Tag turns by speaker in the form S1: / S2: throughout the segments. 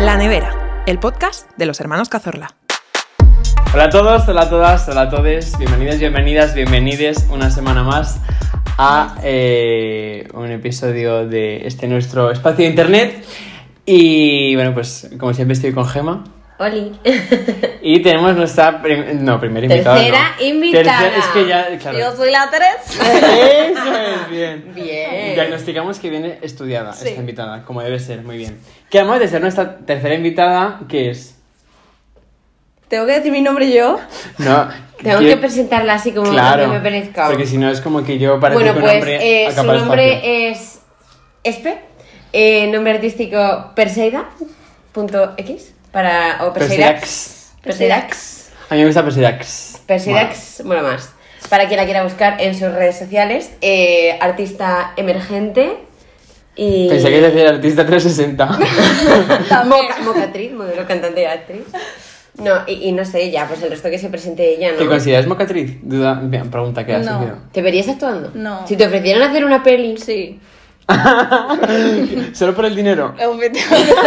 S1: La Nevera, el podcast de los hermanos Cazorla.
S2: Hola a todos, hola a todas, hola a todos. Bienvenidos, bienvenidas, bienvenides una semana más a eh, un episodio de este nuestro espacio de internet. Y bueno, pues como siempre estoy con Gema.
S3: Oli.
S2: Y tenemos nuestra prim- no, primera invitada.
S3: Tercera
S2: no.
S3: invitada.
S2: Tercera- es que ya, claro.
S3: Yo soy la tres.
S2: Eso es bien.
S3: Bien.
S2: Diagnosticamos que viene estudiada
S3: Eh. Sí.
S2: esta invitada, como debe ser, muy bien. Que además de ser nuestra tercera invitada, que es.
S4: ¿Tengo que decir mi nombre yo?
S2: No.
S3: Tengo que
S2: quiero-
S3: presentarla así como
S2: Claro,
S3: me parezca.
S2: porque si no es como que yo parezco
S3: bueno,
S2: que un
S3: pues
S2: hombre
S3: eh, su
S2: acapara espacio.
S3: nombre es Espe, eh, nombre artístico Perseida.x para o Perseidax.
S2: Perseidax.
S3: Perseidax.
S2: A mí me gusta Perseidax.
S3: Perseidax, bueno, más. Para quien la quiera buscar en sus redes sociales, eh, artista emergente y
S2: Bueno, pensé que iba a decir artista 360.
S3: Moca, mocatriz, modelo cantante y actriz. No, y, y no sé, ya, pues el resto que se presente ella, ¿no?
S2: ¿Te consideras mocatriz? Duda, bien, pregunta que has
S4: No.
S2: surgido.
S3: ¿Te verías actuando?
S4: No.
S3: Si te ofrecieran hacer una peli.
S4: Sí.
S2: Solo por el dinero.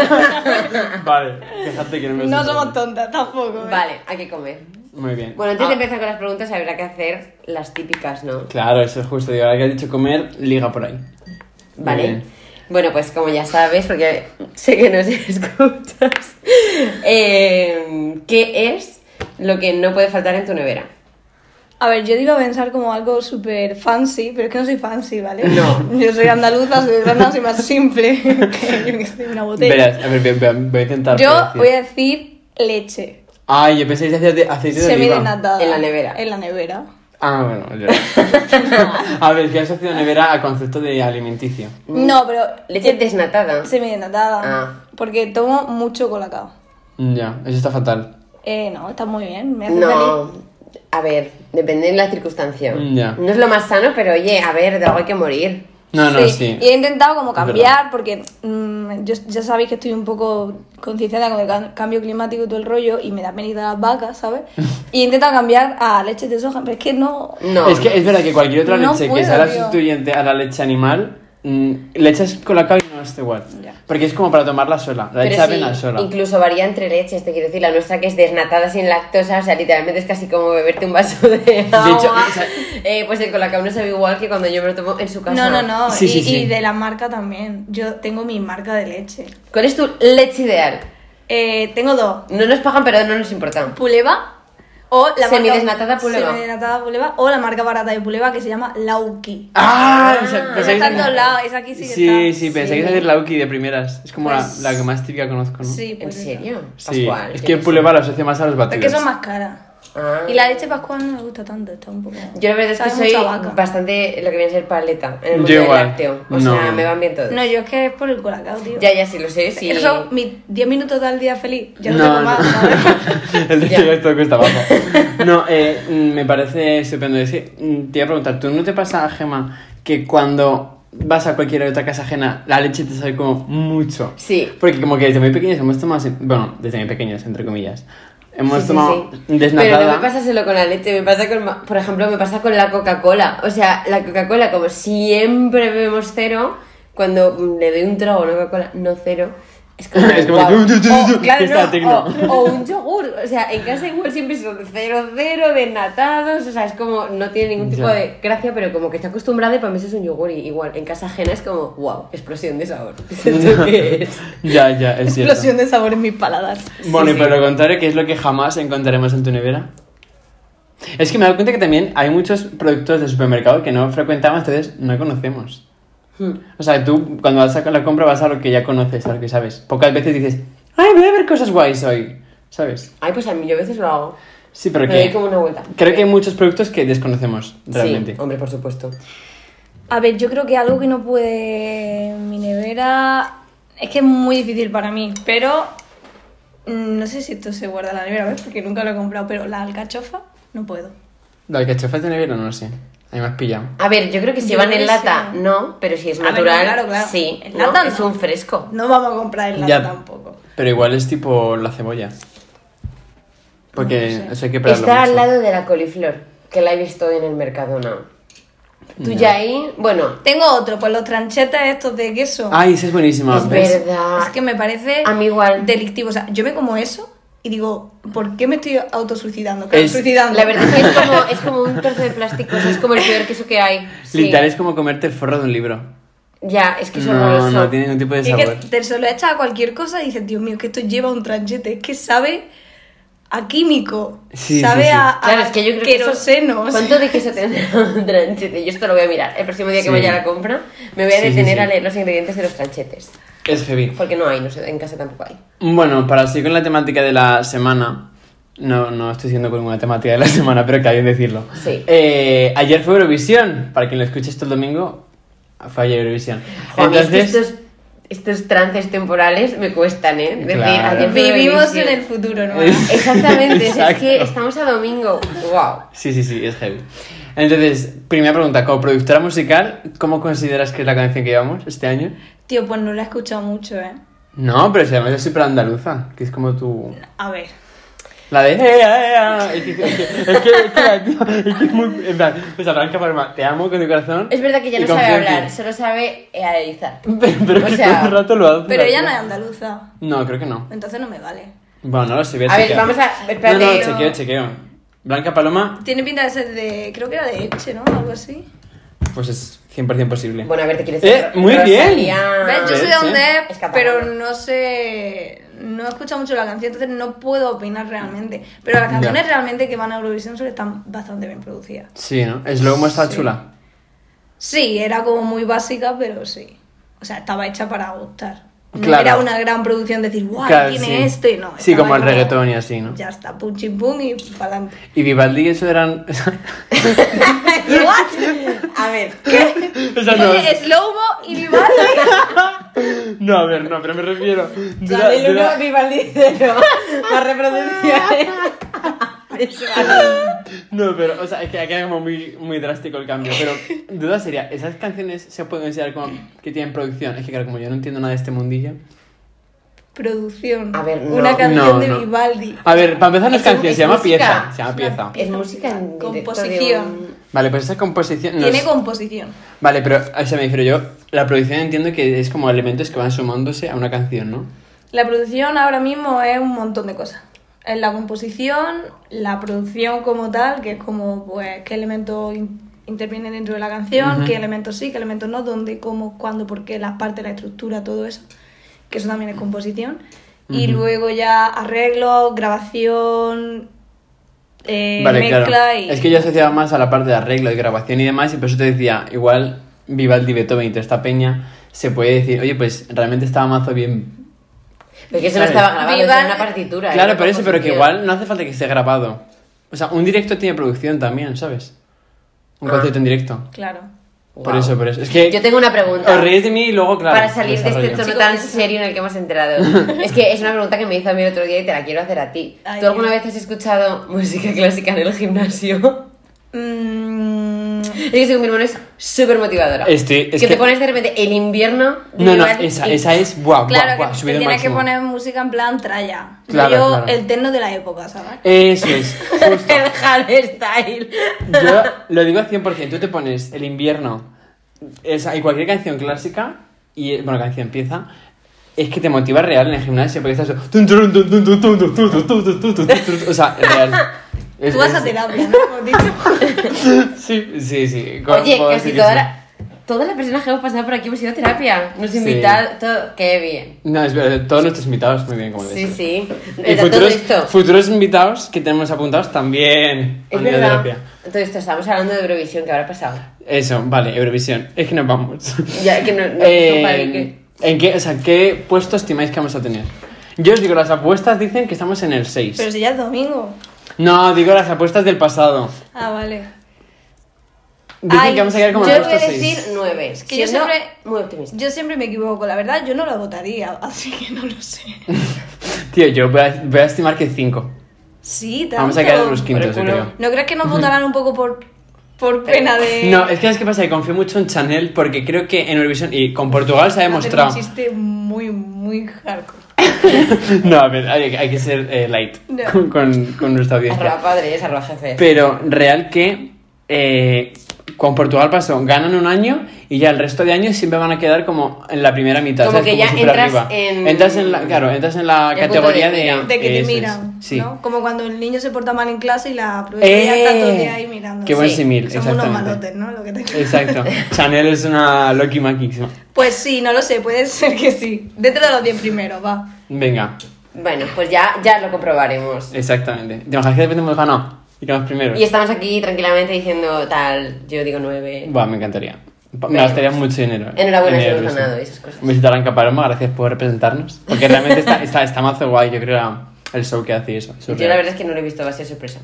S3: Ah.
S2: Vale, fíjate que no me lo
S4: no
S2: sé.
S4: somos tontas tampoco. ¿eh?
S3: Vale, hay que comer.
S2: Muy bien.
S3: Bueno, antes
S2: Ah,
S3: de empezar con las preguntas, habrá que hacer las típicas, ¿no?
S2: Claro, eso es justo. Y ahora que has dicho comer, liga por ahí. Muy
S3: Vale.
S2: bien.
S3: Bueno, pues como ya sabes, porque sé que nos escuchas, eh, ¿qué es lo que no puede faltar en tu nevera?
S4: A ver, yo te iba a pensar como algo súper fancy, pero es que no soy fancy, ¿vale?
S3: No.
S4: Yo soy andaluza, soy de Granada, soy más simple. que yo que sé, una botella.
S2: Verás, a ver, voy, voy- voy a intentar.
S4: yo
S2: predecir.
S4: voy a decir leche.
S2: Ay, yo pensé que hacías de- aceite de oliva.
S4: Semidenatada.
S3: En la nevera.
S4: En la nevera.
S2: Ah, bueno, yo. a ver, que has asociado nevera al concepto de alimenticio.
S4: No, pero.
S3: Leche
S4: eh,
S3: desnatada.
S4: Semidenatada.
S3: Ah.
S4: Porque tomo mucho colacao.
S2: Ya, eso está fatal.
S4: Eh, no, está muy bien. Me hace feliz.
S3: No. A ver, depende de la circunstancia.
S2: Mm, Ya.
S3: No es lo más sano, pero oye, a ver, de algo hay que morir.
S2: No, no, sí.
S4: Y he intentado como
S2: Es verdad.
S4: cambiar, porque mm, yo, ya sabéis que estoy un poco concienciada con el ca- cambio climático y todo el rollo, y me da penita las vacas, ¿sabes? y he intentado cambiar a leches de soja, pero es que no...
S3: No.
S2: Es que es verdad que cualquier otra
S4: No
S2: leche que
S4: puedo,
S2: sea la
S4: tío.
S2: sustituyente a la leche animal, mm, le echas colacao y no es igual.
S4: Ya.
S2: Porque es como para tomarla sola, la
S3: Pero
S2: leche de avena
S3: sí,
S2: sola.
S3: Incluso varía entre leches, te quiero decir, la nuestra que es desnatada sin lactosa, o sea, literalmente es casi como beberte un vaso de agua.
S2: hecho, o sea-
S3: Eh, pues el colacao no sabe igual que cuando yo me lo tomo en su casa.
S4: No, no, no.
S2: Sí,
S4: y,
S2: sí, sí.
S4: y de la marca también. Yo tengo mi marca de leche.
S3: ¿Cuál es tu leche ideal?
S4: Eh, tengo dos.
S3: No nos pagan, pero no nos importa.
S4: Puleva o la
S3: Semidesnatada
S4: marca...
S3: Puleva.
S4: Semidesnatada Puleva o la marca barata de Puleva que se llama Lauki.
S2: ¡Ah!
S3: Ah,
S2: esa-
S3: esa
S2: que
S4: está en
S2: era-
S4: todos lados, esa aquí sí que
S2: Sí,
S4: está.
S2: sí, pensé que iba a
S3: Sí.
S2: decir la Uki de primeras. Es como la-
S4: Pues-
S2: la, que más típica conozco, Ah, ¿no?
S4: Sí,
S3: ¿En
S4: pues esa.
S3: serio?
S2: Sí,
S3: Pascual,
S2: es
S3: yo
S2: que
S3: qué
S2: el
S3: sé.
S2: Puleva lo asocia más a los
S4: Pero
S2: batidos.
S4: es que son más caras.
S3: Ah.
S4: Y la leche pascual no me gusta tanto, está un poco...
S3: Yo la verdad es que
S4: sabe
S3: soy
S4: mucho a vaca.
S3: bastante lo que viene a ser paleta en el
S2: Yo
S3: mundo del
S2: igual.
S3: lácteo. O
S2: No.
S3: sea, me van bien todos.
S4: No, yo es que es por el colacao, tío.
S3: Ya, ya, sí, lo sé, sí.
S4: Eso, mis 10 minutos del día feliz. Yo no,
S2: no,
S4: tengo
S2: no.
S4: más, ¿sabes?
S2: el de
S3: Ya.
S2: que esto cuesta abajo. No, eh, mm, me parece estupendo. Es que, mm, te iba a preguntar, ¿tú no te pasa, Gema, que cuando vas a cualquier otra casa ajena, la leche te sale como mucho?
S3: Sí.
S2: Porque como que desde muy pequeños hemos tomado... sin- Bueno, desde muy pequeños, entre comillas. Hemos
S3: Sí, sí,
S2: tomado
S3: sí.
S2: desnatada.
S3: Pero no me pasa solo con la leche, me pasa con, ma- por ejemplo, me pasa con la Coca-Cola. O sea, la Coca-Cola, como siempre bebemos cero, cuando le doy un trago a una Coca-Cola, no cero. Es como,
S2: Es como-
S3: guau. O,
S2: Está
S3: claro,
S2: digno.
S3: no, o, o un yogur. O sea, en casa igual siempre son cero, cero, desnatados. O sea, es como, no tiene ningún tipo
S2: Ya.
S3: de gracia, pero como que está acostumbrada y para mí eso es un yogur. Y igual, en casa ajena es como, wow, explosión de sabor. ¿Esto qué es?
S2: ya, ya, es cierto.
S4: Explosión de sabor en mi paladar.
S2: Bueno,
S3: Sí,
S2: y por
S3: sí.
S2: lo contrario, ¿qué es lo que jamás encontraremos en tu nevera? Es que me he dado cuenta que también hay muchos productos de supermercado que no frecuentamos, entonces no conocemos.
S3: hmm.
S2: O sea, tú cuando vas a la compra vas a lo que ya conoces, a lo que sabes. Pocas veces dices, ay, voy a ver cosas guays hoy, ¿sabes?
S3: Ay, pues a mí yo a veces lo hago.
S2: Sí, pero
S3: Me
S2: que...
S3: doy como una vuelta.
S2: Creo que hay muchos productos que desconocemos, realmente.
S3: Sí, hombre, por supuesto.
S4: A ver, yo creo que algo que no puede mi nevera... Es que es muy difícil para mí, pero... mm, No sé si esto se guarda en la nevera, ¿ves? Porque nunca lo he comprado, pero la alcachofa no puedo.
S2: ¿La alcachofa es de nevera? No lo sé. A mí me has pillado.
S3: A ver, yo creo que si
S4: Yo
S3: van
S4: creo
S3: en
S4: que
S3: lata,
S4: sí.
S3: no, pero si es
S4: A ver,
S3: natural,
S4: no, claro, claro.
S3: sí.
S4: En lata
S3: no, es
S4: no.
S3: un fresco.
S4: No vamos a comprar el lata
S2: Ya.
S4: tampoco.
S2: Pero igual es tipo la cebolla. Porque
S4: No sé.
S2: eso hay que pelarlo
S3: Está al
S2: mucho.
S3: lado de la coliflor, que la he visto en el mercado, no. Tú ya ahí, bueno,
S4: Tengo otro, pues los tranchetas estos de queso.
S2: Ay, ese es buenísimo.
S3: es
S2: ¿ves?
S3: verdad.
S4: Es que me parece
S3: A mí igual.
S4: delictivo. O sea, yo me como eso y digo, ¿por qué me estoy autosuicidando? Claro,
S2: Es-
S4: suicidando.
S3: La verdad es que es como, es como un trozo de plástico, o sea, es como el peor queso que hay. Sí.
S2: Literal es como comerte el forro de un libro.
S3: Ya, es que es
S2: No,
S3: horroroso.
S2: no tiene ningún tipo de
S4: Y que
S2: sabor.
S4: te se lo echas a cualquier cosa y dices, Dios mío, que esto lleva un tranchete. Es que sabe a químico.
S2: Sí,
S4: sabe
S2: sí, sí.
S4: a, a
S3: Claro, es que yo creo que eso-
S4: queroseno. o sea,
S3: ¿Cuánto de queso tendrá un tranchete? Yo esto lo voy a mirar. El próximo día que
S2: Sí.
S3: vaya a la compra me voy a
S2: Sí, sí,
S3: detener
S2: sí.
S3: a leer los ingredientes de los tranchetes.
S2: Es heavy.
S3: Porque no hay, no sé, en casa tampoco hay.
S2: Bueno, para seguir con la temática de la semana, no, no estoy siendo con ninguna temática de la semana, pero que bien decirlo.
S3: Sí.
S2: Eh, ayer fue Eurovisión, para quien lo escuche esto el domingo, fue ayer Eurovisión.
S3: Jo, a mí es que estos, estos trances temporales me cuestan, ¿eh? Decir,
S2: Claro.
S3: ayer fue
S4: Vivimos
S3: Eurovisión.
S4: en el futuro, ¿no?
S2: Es-
S3: Exactamente, es- es
S2: Exacto.
S3: que estamos a domingo. ¡Wow!
S2: Sí, sí, sí, es heavy. Entonces, primera pregunta, como productora musical, ¿cómo consideras que es la canción que llevamos este año?
S4: Tío, pues no lo he escuchado mucho, ¿eh?
S2: No, pero si además es súper andaluza, que es como tu...
S4: A ver.
S2: La de... "Ea, ea". Es que, es que, es que, es que la tía- es que es muy... En plan, pues arranca Paloma, te amo con mi corazón.
S3: Es verdad que ya
S2: y
S3: no
S2: confío
S3: sabe
S2: en ti".
S3: hablar, solo sabe eh, analizar.
S2: Pero, pero
S3: O
S2: que
S3: sea,
S2: todo el rato lo hace.
S4: Pero
S2: la
S4: ella no
S2: tía.
S4: es andaluza.
S2: No, creo que no.
S4: Entonces no me vale.
S2: Bueno, no lo sé. voy
S3: A ver,
S2: chequear.
S3: vamos a- espérate,
S2: No, no,
S3: no.
S2: chequeo, chequeo. Blanca Paloma,
S4: Tiene pinta de ser de. Creo que era de Elche, ¿no? Algo así.
S2: pues es 100% posible.
S3: Bueno, a ver, te quieres
S2: Eh, muy
S3: Rosalía.
S4: ¿Ves? Yo
S2: sí,
S4: sé de
S2: Ah, sí.
S4: dónde
S3: Es
S4: es,
S3: catalana.
S4: pero no sé. No he escuchado mucho la canción, entonces no puedo opinar realmente. Pero las canciones
S2: Ya.
S4: realmente que van a Eurovisión suelen estar bastante bien producidas.
S2: Sí, ¿no? Slow-mo está chula.
S4: Sí, era como muy básica, pero sí. O sea, estaba hecha para gustar. No
S2: Claro.
S4: era una gran producción decir, guau,
S2: Claro,
S4: tiene
S2: sí.
S4: esto y no.
S2: Sí,
S4: estaba
S2: como el reggaetón y así, ¿no?
S4: Ya está, pum, chim, pum y para adelante.
S2: Y Vivaldi, eso eran...
S3: A ver,
S2: o sea, no,
S4: Slow-mo y Vivaldi.
S2: no, a ver, no, pero me refiero... de la-
S3: Chanel
S2: de la-
S3: uno, Vivaldi cero. Más reproducciones. Eso,
S2: No, pero, o sea, es que ha quedado como muy, muy drástico el cambio. Pero, duda sería, ¿esas canciones se pueden considerar como que tienen producción? Es que, claro, como yo no entiendo nada de este mundillo...
S4: Producción.
S3: A ver, no.
S4: Una canción
S2: No, Ah,
S4: de
S2: no.
S4: Vivaldi.
S2: A ver, para empezar no es
S3: Es un-
S2: canción,
S3: es
S2: se llama
S3: música.
S2: pieza. Se llama
S4: Es una
S2: pieza.
S3: Es música en directo de
S4: Composición.
S3: un-
S2: Vale, pues esa composición... no
S4: Tiene
S2: es-
S4: composición.
S2: Vale, pero o sea, me refiero yo, la producción entiendo que es como elementos que van sumándose a una canción, ¿no?
S4: La producción ahora mismo es un montón de cosas. Es la composición, la producción como tal, que es como pues qué elementos in- intervienen dentro de la canción,
S2: Ujú.
S4: qué elementos sí, qué elementos no, dónde, cómo, cuándo, por qué, las partes, la estructura, todo eso, que eso también es composición. Y
S2: Ujú.
S4: luego ya arreglos, grabación, eh,
S2: vale,
S4: mezcla
S2: claro.
S4: y...
S2: Es que yo asociaba más a la parte de arreglo y grabación y demás, y por eso te decía, igual Vivaldi, Beethoven y toda esta peña, se puede decir, oye, pues realmente estaba mazo bien.
S3: Pero que eso no
S2: Claro.
S3: estaba grabado, era
S4: Vivaldi-
S3: una partitura.
S2: claro,
S3: era
S2: por eso, pero que
S3: ¿eh? composición.
S2: igual no hace falta que esté grabado. O sea, un directo tiene producción también, ¿sabes? Un concierto en directo.
S4: Claro.
S2: Por
S3: Wow.
S2: eso, por eso. Es que
S3: Ah. Yo tengo una pregunta.
S2: os reís de mí y luego, claro.
S3: para salir de este
S2: desarrollo.
S3: tono tan serio en el que hemos entrado. es que es una pregunta que me hizo a mí el otro día y te la quiero hacer a ti.
S4: Ay,
S3: ¿Tú alguna
S4: Dios.
S3: vez has escuchado música clásica en el gimnasio?
S4: Mm,
S3: Es que según mi hermano es súper motivadora.
S2: Este, es
S3: que, te
S2: que-
S3: pones de repente el invierno. de
S2: No, no,
S3: Vivaldi
S2: esa,
S3: y-
S2: esa es. ¡Guau,
S4: eh, claro,
S2: guau, guau!
S4: que
S2: subido
S4: te
S2: al
S4: tienes que
S2: máximo.
S4: poner música en plan tralla.
S2: Claro,
S4: yo,
S2: claro.
S4: el terno de la época, ¿sabes?
S2: Eso es, justo.
S3: El hardstyle.
S2: Yo lo digo al 100%, tú te pones el invierno esa, y cualquier canción clásica, y bueno, canción empieza, es que te motiva real en el gimnasio, porque estás... tun, turun, tun, tun, tun, tun, tun, tun, tun, tun, tun, tun, tun, tun, O sea, real. Es-
S4: Tú vas
S2: es-
S4: a terapia, ¿no? Como he dicho.
S2: Sí, sí, sí. con-
S3: Oye,
S2: puedo
S3: casi
S2: decir que
S3: toda
S2: sí.
S3: la, todas las personas que hemos pasado por aquí hemos ido a terapia. Nos
S2: Sí.
S3: invitado. todo- Qué bien.
S2: No, es verdad, todos nuestros invitados, muy bien, como
S3: Sí,
S2: decís.
S3: sí.
S2: Y
S3: Era todo
S2: futuros,
S3: esto.
S2: futuros invitados que tenemos apuntados también.
S3: Es
S2: han ido a
S3: verdad.
S2: terapia.
S3: Todo esto, estábamos hablando de Eurovisión, que habrá pasado?
S2: Eso, vale, Eurovisión. Es que nos vamos.
S3: Ya, que no- no-
S2: Eh,
S3: vale, que-
S2: ¿En qué, o sea, qué puesto estimáis que vamos a tener? Yo os digo, las apuestas dicen que estamos en el 6.
S4: Pero si ya es domingo.
S2: No, digo las apuestas del pasado.
S4: Ah, vale.
S2: Dicen
S4: Ay,
S2: que vamos a quedar como en
S3: yo
S2: el
S3: voy a
S2: puesto 6.
S3: decir nueve.
S4: que yo
S3: siendo
S4: siempre-
S3: Muy optimista.
S4: Yo siempre me equivoco, la verdad, yo no la votaría, así que no lo sé.
S2: Tío, yo voy a, voy a estimar que 5.
S4: Sí, tanto.
S2: Vamos a quedar en los quintos,
S3: Por
S2: yo
S3: el culo.
S2: creo. Eh,
S4: ¿No crees que nos votarán un poco por, por pena de...?
S2: No, es que es que pasa que confío mucho en Chanel porque creo que en Eurovisión y con Portugal se ha
S4: Hacer
S2: demostrado.
S4: un chiste muy, muy hardcore.
S2: No, a ver, hay, hay que ser eh, light
S4: No.
S2: con, con nuestra audiencia.
S3: Arroba padre, es arroba jefe.
S2: Pero real que eh, con Portugal pasó, ganan un año y ya el resto de años siempre van a quedar como en la primera mitad.
S3: Como
S2: ¿sabes?
S3: que ya
S2: súper
S3: entras
S2: arriba.
S3: en-
S2: Entras en la, claro, entras en la
S3: El punto
S2: categoría
S3: de
S2: de...
S3: mira.
S4: De que te
S2: eso es,
S4: miran,
S2: Sí. Eh,
S4: ¿no? Como cuando el niño se porta mal en clase y la profesora ya está todo el día ahí mirando.
S2: Qué buen símil,
S4: Somos unos
S2: exactamente.
S4: malotes, ¿no? Lo que tengo.
S2: Exacto. Chanel es una Loki Maki.
S4: Pues sí, no lo sé, puede ser que sí. Dentro de los 10 primeros, va.
S2: Venga,
S3: Bueno, pues ya, ya lo comprobaremos.
S2: exactamente. ¿Te imaginas que de repente hemos ganado? Y quedamos primeros.
S3: Y estamos aquí tranquilamente diciendo tal, yo digo nueve.
S2: Buah, me encantaría. Pa- Me
S3: Veremos.
S2: gastaría mucho dinero. eh,
S3: pues. Enhorabuena
S2: en
S3: si hemos
S2: Eurovisión.
S3: ganado y esas cosas.
S2: Visitar a Anca Paloma, gracias por representarnos. Porque realmente está, está, está mazo guay, yo creo, la- el show que hace eso.
S3: Yo la verdad es que no lo he visto, va a ser sorpresa.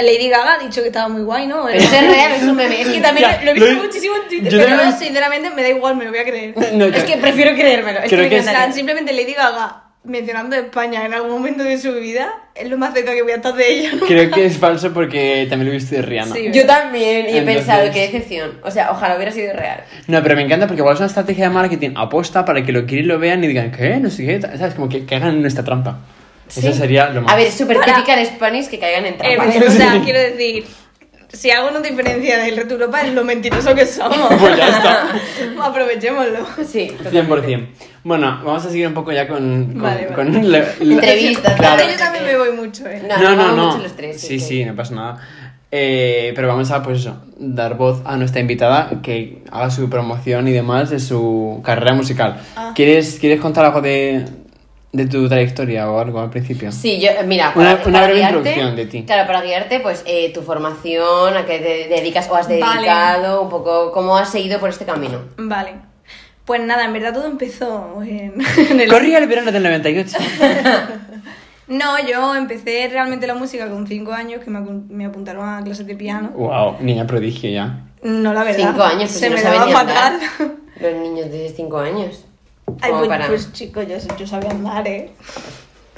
S4: Lady Gaga ha dicho que estaba muy guay, ¿no?
S3: Pero eso es real, es un meme.
S4: Es que también
S2: Ya,
S4: lo he visto
S2: lo he-
S4: muchísimo en Twitter,
S2: yo
S4: pero
S2: también-
S4: sinceramente me da igual, me lo voy a creer.
S2: No, yo-
S3: Es que prefiero creérmelo. Es
S2: Creo
S3: que,
S2: que
S3: me
S4: O sea,
S3: encantaría.
S4: simplemente Lady Gaga mencionando España en algún momento de su vida es lo más cerca que voy a estar de ella.
S2: Creo que es falso porque también lo he visto de Rihanna.
S4: Sí.
S3: Yo también, y he
S2: Entonces-
S3: pensado, qué decepción. O sea, ojalá hubiera sido real.
S2: No, pero me encanta porque igual es una estrategia de marketing aposta para que lo quieren lo vean y digan, ¿qué? No sé qué. ¿Sabes? Como que, que hagan nuestra trampa.
S3: Sí.
S2: Eso sería lo más.
S3: A ver, es súper
S4: Para-
S3: típica en Spanish que caigan en
S4: Eh,
S3: trampas.
S4: o sea, quiero decir, si algo nos diferencia del resto de Europa es lo mentiroso que somos.
S2: Pues ya está.
S4: Aprovechémoslo.
S3: Eh, Sí.
S2: 100%. Bueno, vamos a seguir un poco ya con. con,
S4: Vale, vale.
S2: con la- la-
S3: Entrevistas,
S2: Claro.
S4: Yo también me voy mucho, ¿eh?
S3: No,
S2: No,
S3: nos
S2: no,
S3: vamos
S2: no.
S3: mucho los tres,
S2: sí,
S3: es que-
S2: sí, no pasa nada. Eh, pero vamos a, pues eso, dar voz a nuestra invitada que haga su promoción y demás de su carrera musical.
S4: Ah.
S2: ¿Quieres, ¿Quieres contar algo de, de tu trayectoria o algo al principio?
S3: Sí, yo, eh, mira,
S2: Una- una breve introducción de ti.
S3: Claro, para guiarte, pues eh, tu formación, a qué te dedicas o has
S4: Vale.
S3: dedicado, un poco cómo has seguido por este camino.
S4: Vale. Pues nada, en verdad todo empezó en, en el...
S2: Corría el verano del 98.
S4: No, yo empecé realmente la música con 5 años, que me, acu- me apuntaron a clases de piano.
S2: wow, niña prodigio ya.
S4: No, la verdad.
S3: Cinco años, pues
S4: Se
S3: si
S4: me
S3: no saben
S4: daba
S3: ni
S4: fatal.
S3: andar. Los niños de cinco años.
S4: Ay,
S3: Como
S4: pues,
S3: para-
S4: pues, chicos, yo, yo sabía andar, ¿eh?
S3: Vale,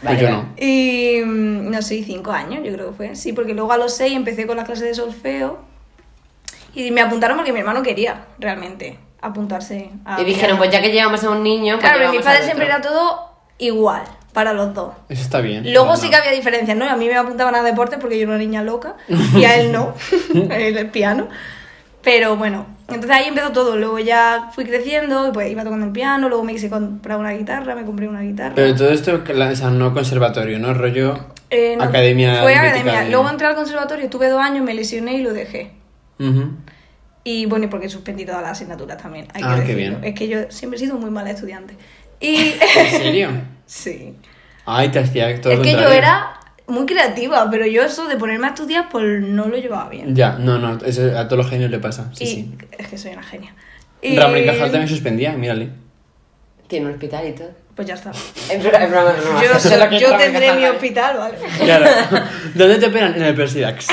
S2: pues yo
S3: vale.
S2: no.
S4: Y mm, no sé, cinco años yo creo que fue. Sí, porque luego a los seis empecé con las clases de solfeo y me apuntaron porque mi hermano quería realmente apuntarse a...
S3: Y dijeron, pues ya que llevamos a un niño, pues
S4: ah, Claro, pero mis
S3: llevamos al
S4: padres siempre
S3: otro.
S4: era todo igual para los dos.
S2: Eso está bien.
S4: Luego
S2: Bueno.
S4: sí que había diferencias, ¿no? A mí me apuntaban a deporte porque yo era una niña loca y a él no, él el piano. Pero bueno, entonces ahí empezó todo. Luego ya fui creciendo y pues iba tocando el piano, luego me quise comprar una guitarra, me compré una guitarra.
S2: Pero todo esto, que la- o sea, no conservatorio, ¿no? Rollo
S4: Eh, no,
S2: academia.
S4: Fue
S2: mítica
S4: academia.
S2: de-
S4: Luego entré al conservatorio, tuve dos años, me lesioné y lo dejé.
S2: Ujú.
S4: Y bueno, y porque suspendí todas las asignaturas también. Hay que
S2: Ah, qué
S4: decirlo.
S2: bien.
S4: Es que yo siempre he sido muy mala estudiante. Y.
S2: ¿En serio?
S4: sí.
S2: Ay, te hacía todo
S4: Es
S2: lo
S4: que yo
S2: contrario.
S4: era muy creativa, pero yo eso de ponerme a estudiar, pues no lo llevaba bien.
S2: Ya, no, no, eso a todos los genios le pasa. Sí,
S4: y
S2: sí.
S4: es que soy una genia. Y-
S2: Ramón y Cajal también suspendía, mírale.
S3: Tiene un hospital y todo.
S4: Pues ya está.
S3: Es broma, es broma, es broma.
S4: Yo,
S3: Eso es lo que
S4: yo
S3: Ramón
S4: tendré
S3: Cajal
S4: mi
S3: vale.
S4: hospital, ¿vale?
S2: Claro. ¿Dónde te operan? En el Persidax.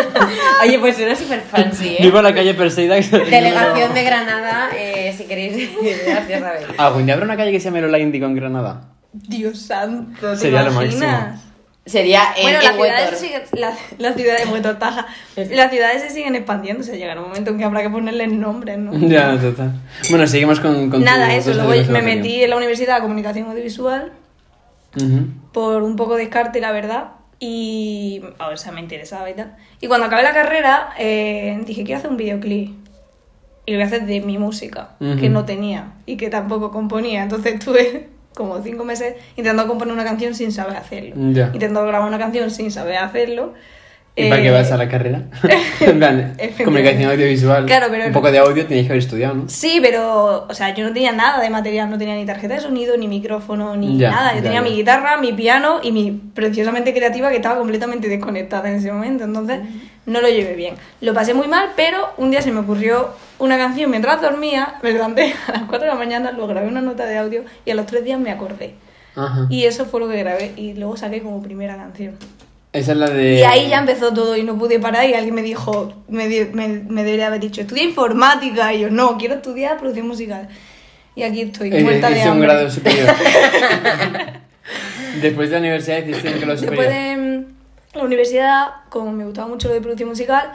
S3: Oye, pues suena súper fancy, ¿eh?
S2: Vivo en la calle Persidax.
S3: Delegación de Granada, eh, si queréis, gracias a ver.
S2: ¿Algún día Ah, habrá una calle que se llame Lola Indigo en Granada?
S4: Dios santo, ¿te
S2: Sería lo
S4: imaginas?
S2: máximo.
S3: Sería en,
S4: Bueno,
S3: en
S4: las ciudades,
S3: Huetor.
S4: se siguen, las, las ciudades, bueno, taja. las ciudades se siguen expandiendo, o sea, llegará un momento en que habrá que ponerles nombres, ¿no?
S2: Ya, total. Bueno, seguimos con. con
S4: Nada,
S2: tu-
S4: eso,
S2: tu
S4: luego yo me
S2: conservatorio.
S4: metí en la Universidad de Comunicación Audiovisual
S2: Ujú.
S4: por un poco descarte, la verdad, y, o sea, me interesaba y tal. Y cuando acabé la carrera, eh, dije, quiero hacer un videoclip. Y lo voy a hacer de mi música,
S2: Ujú.
S4: que no tenía y que tampoco componía. Entonces estuve como cinco meses intentando componer una canción sin saber hacerlo.
S2: Ya.
S4: Intentando grabar una canción sin saber hacerlo.
S2: ¿Y para
S4: Eh,
S2: qué vas a la carrera? en plan,
S4: Efectivamente.
S2: comunicación audiovisual.
S4: Claro, pero-
S2: Un poco de audio tenías que haber estudiado, ¿no?
S4: Sí, pero, o sea, yo no tenía nada de material, no tenía ni tarjeta de sonido, ni micrófono, ni
S2: Ya,
S4: nada. Yo
S2: ya,
S4: tenía
S2: ya.
S4: mi guitarra, mi piano y mi preciosamente creativa que estaba completamente desconectada en ese momento. Entonces, no lo llevé bien. Lo pasé muy mal, pero un día se me ocurrió una canción mientras dormía, me levanté a las 4 de la mañana, lo grabé en una nota de audio y a los 3 días me acordé.
S2: Ajá.
S4: Y eso fue lo que grabé y luego saqué como primera canción.
S2: Esa es la de.
S4: Y ahí ya empezó todo y no pude parar y alguien me dijo, me, di- me, me debería haber dicho, estudia informática. Y yo, no, quiero estudiar producción musical. Y aquí estoy,
S2: Eh,
S4: muerta de
S2: hice un
S4: hambre.
S2: grado superior. Después de la universidad hiciste un grado superior.
S4: Después de mm, la universidad, como me gustaba mucho lo de producción musical,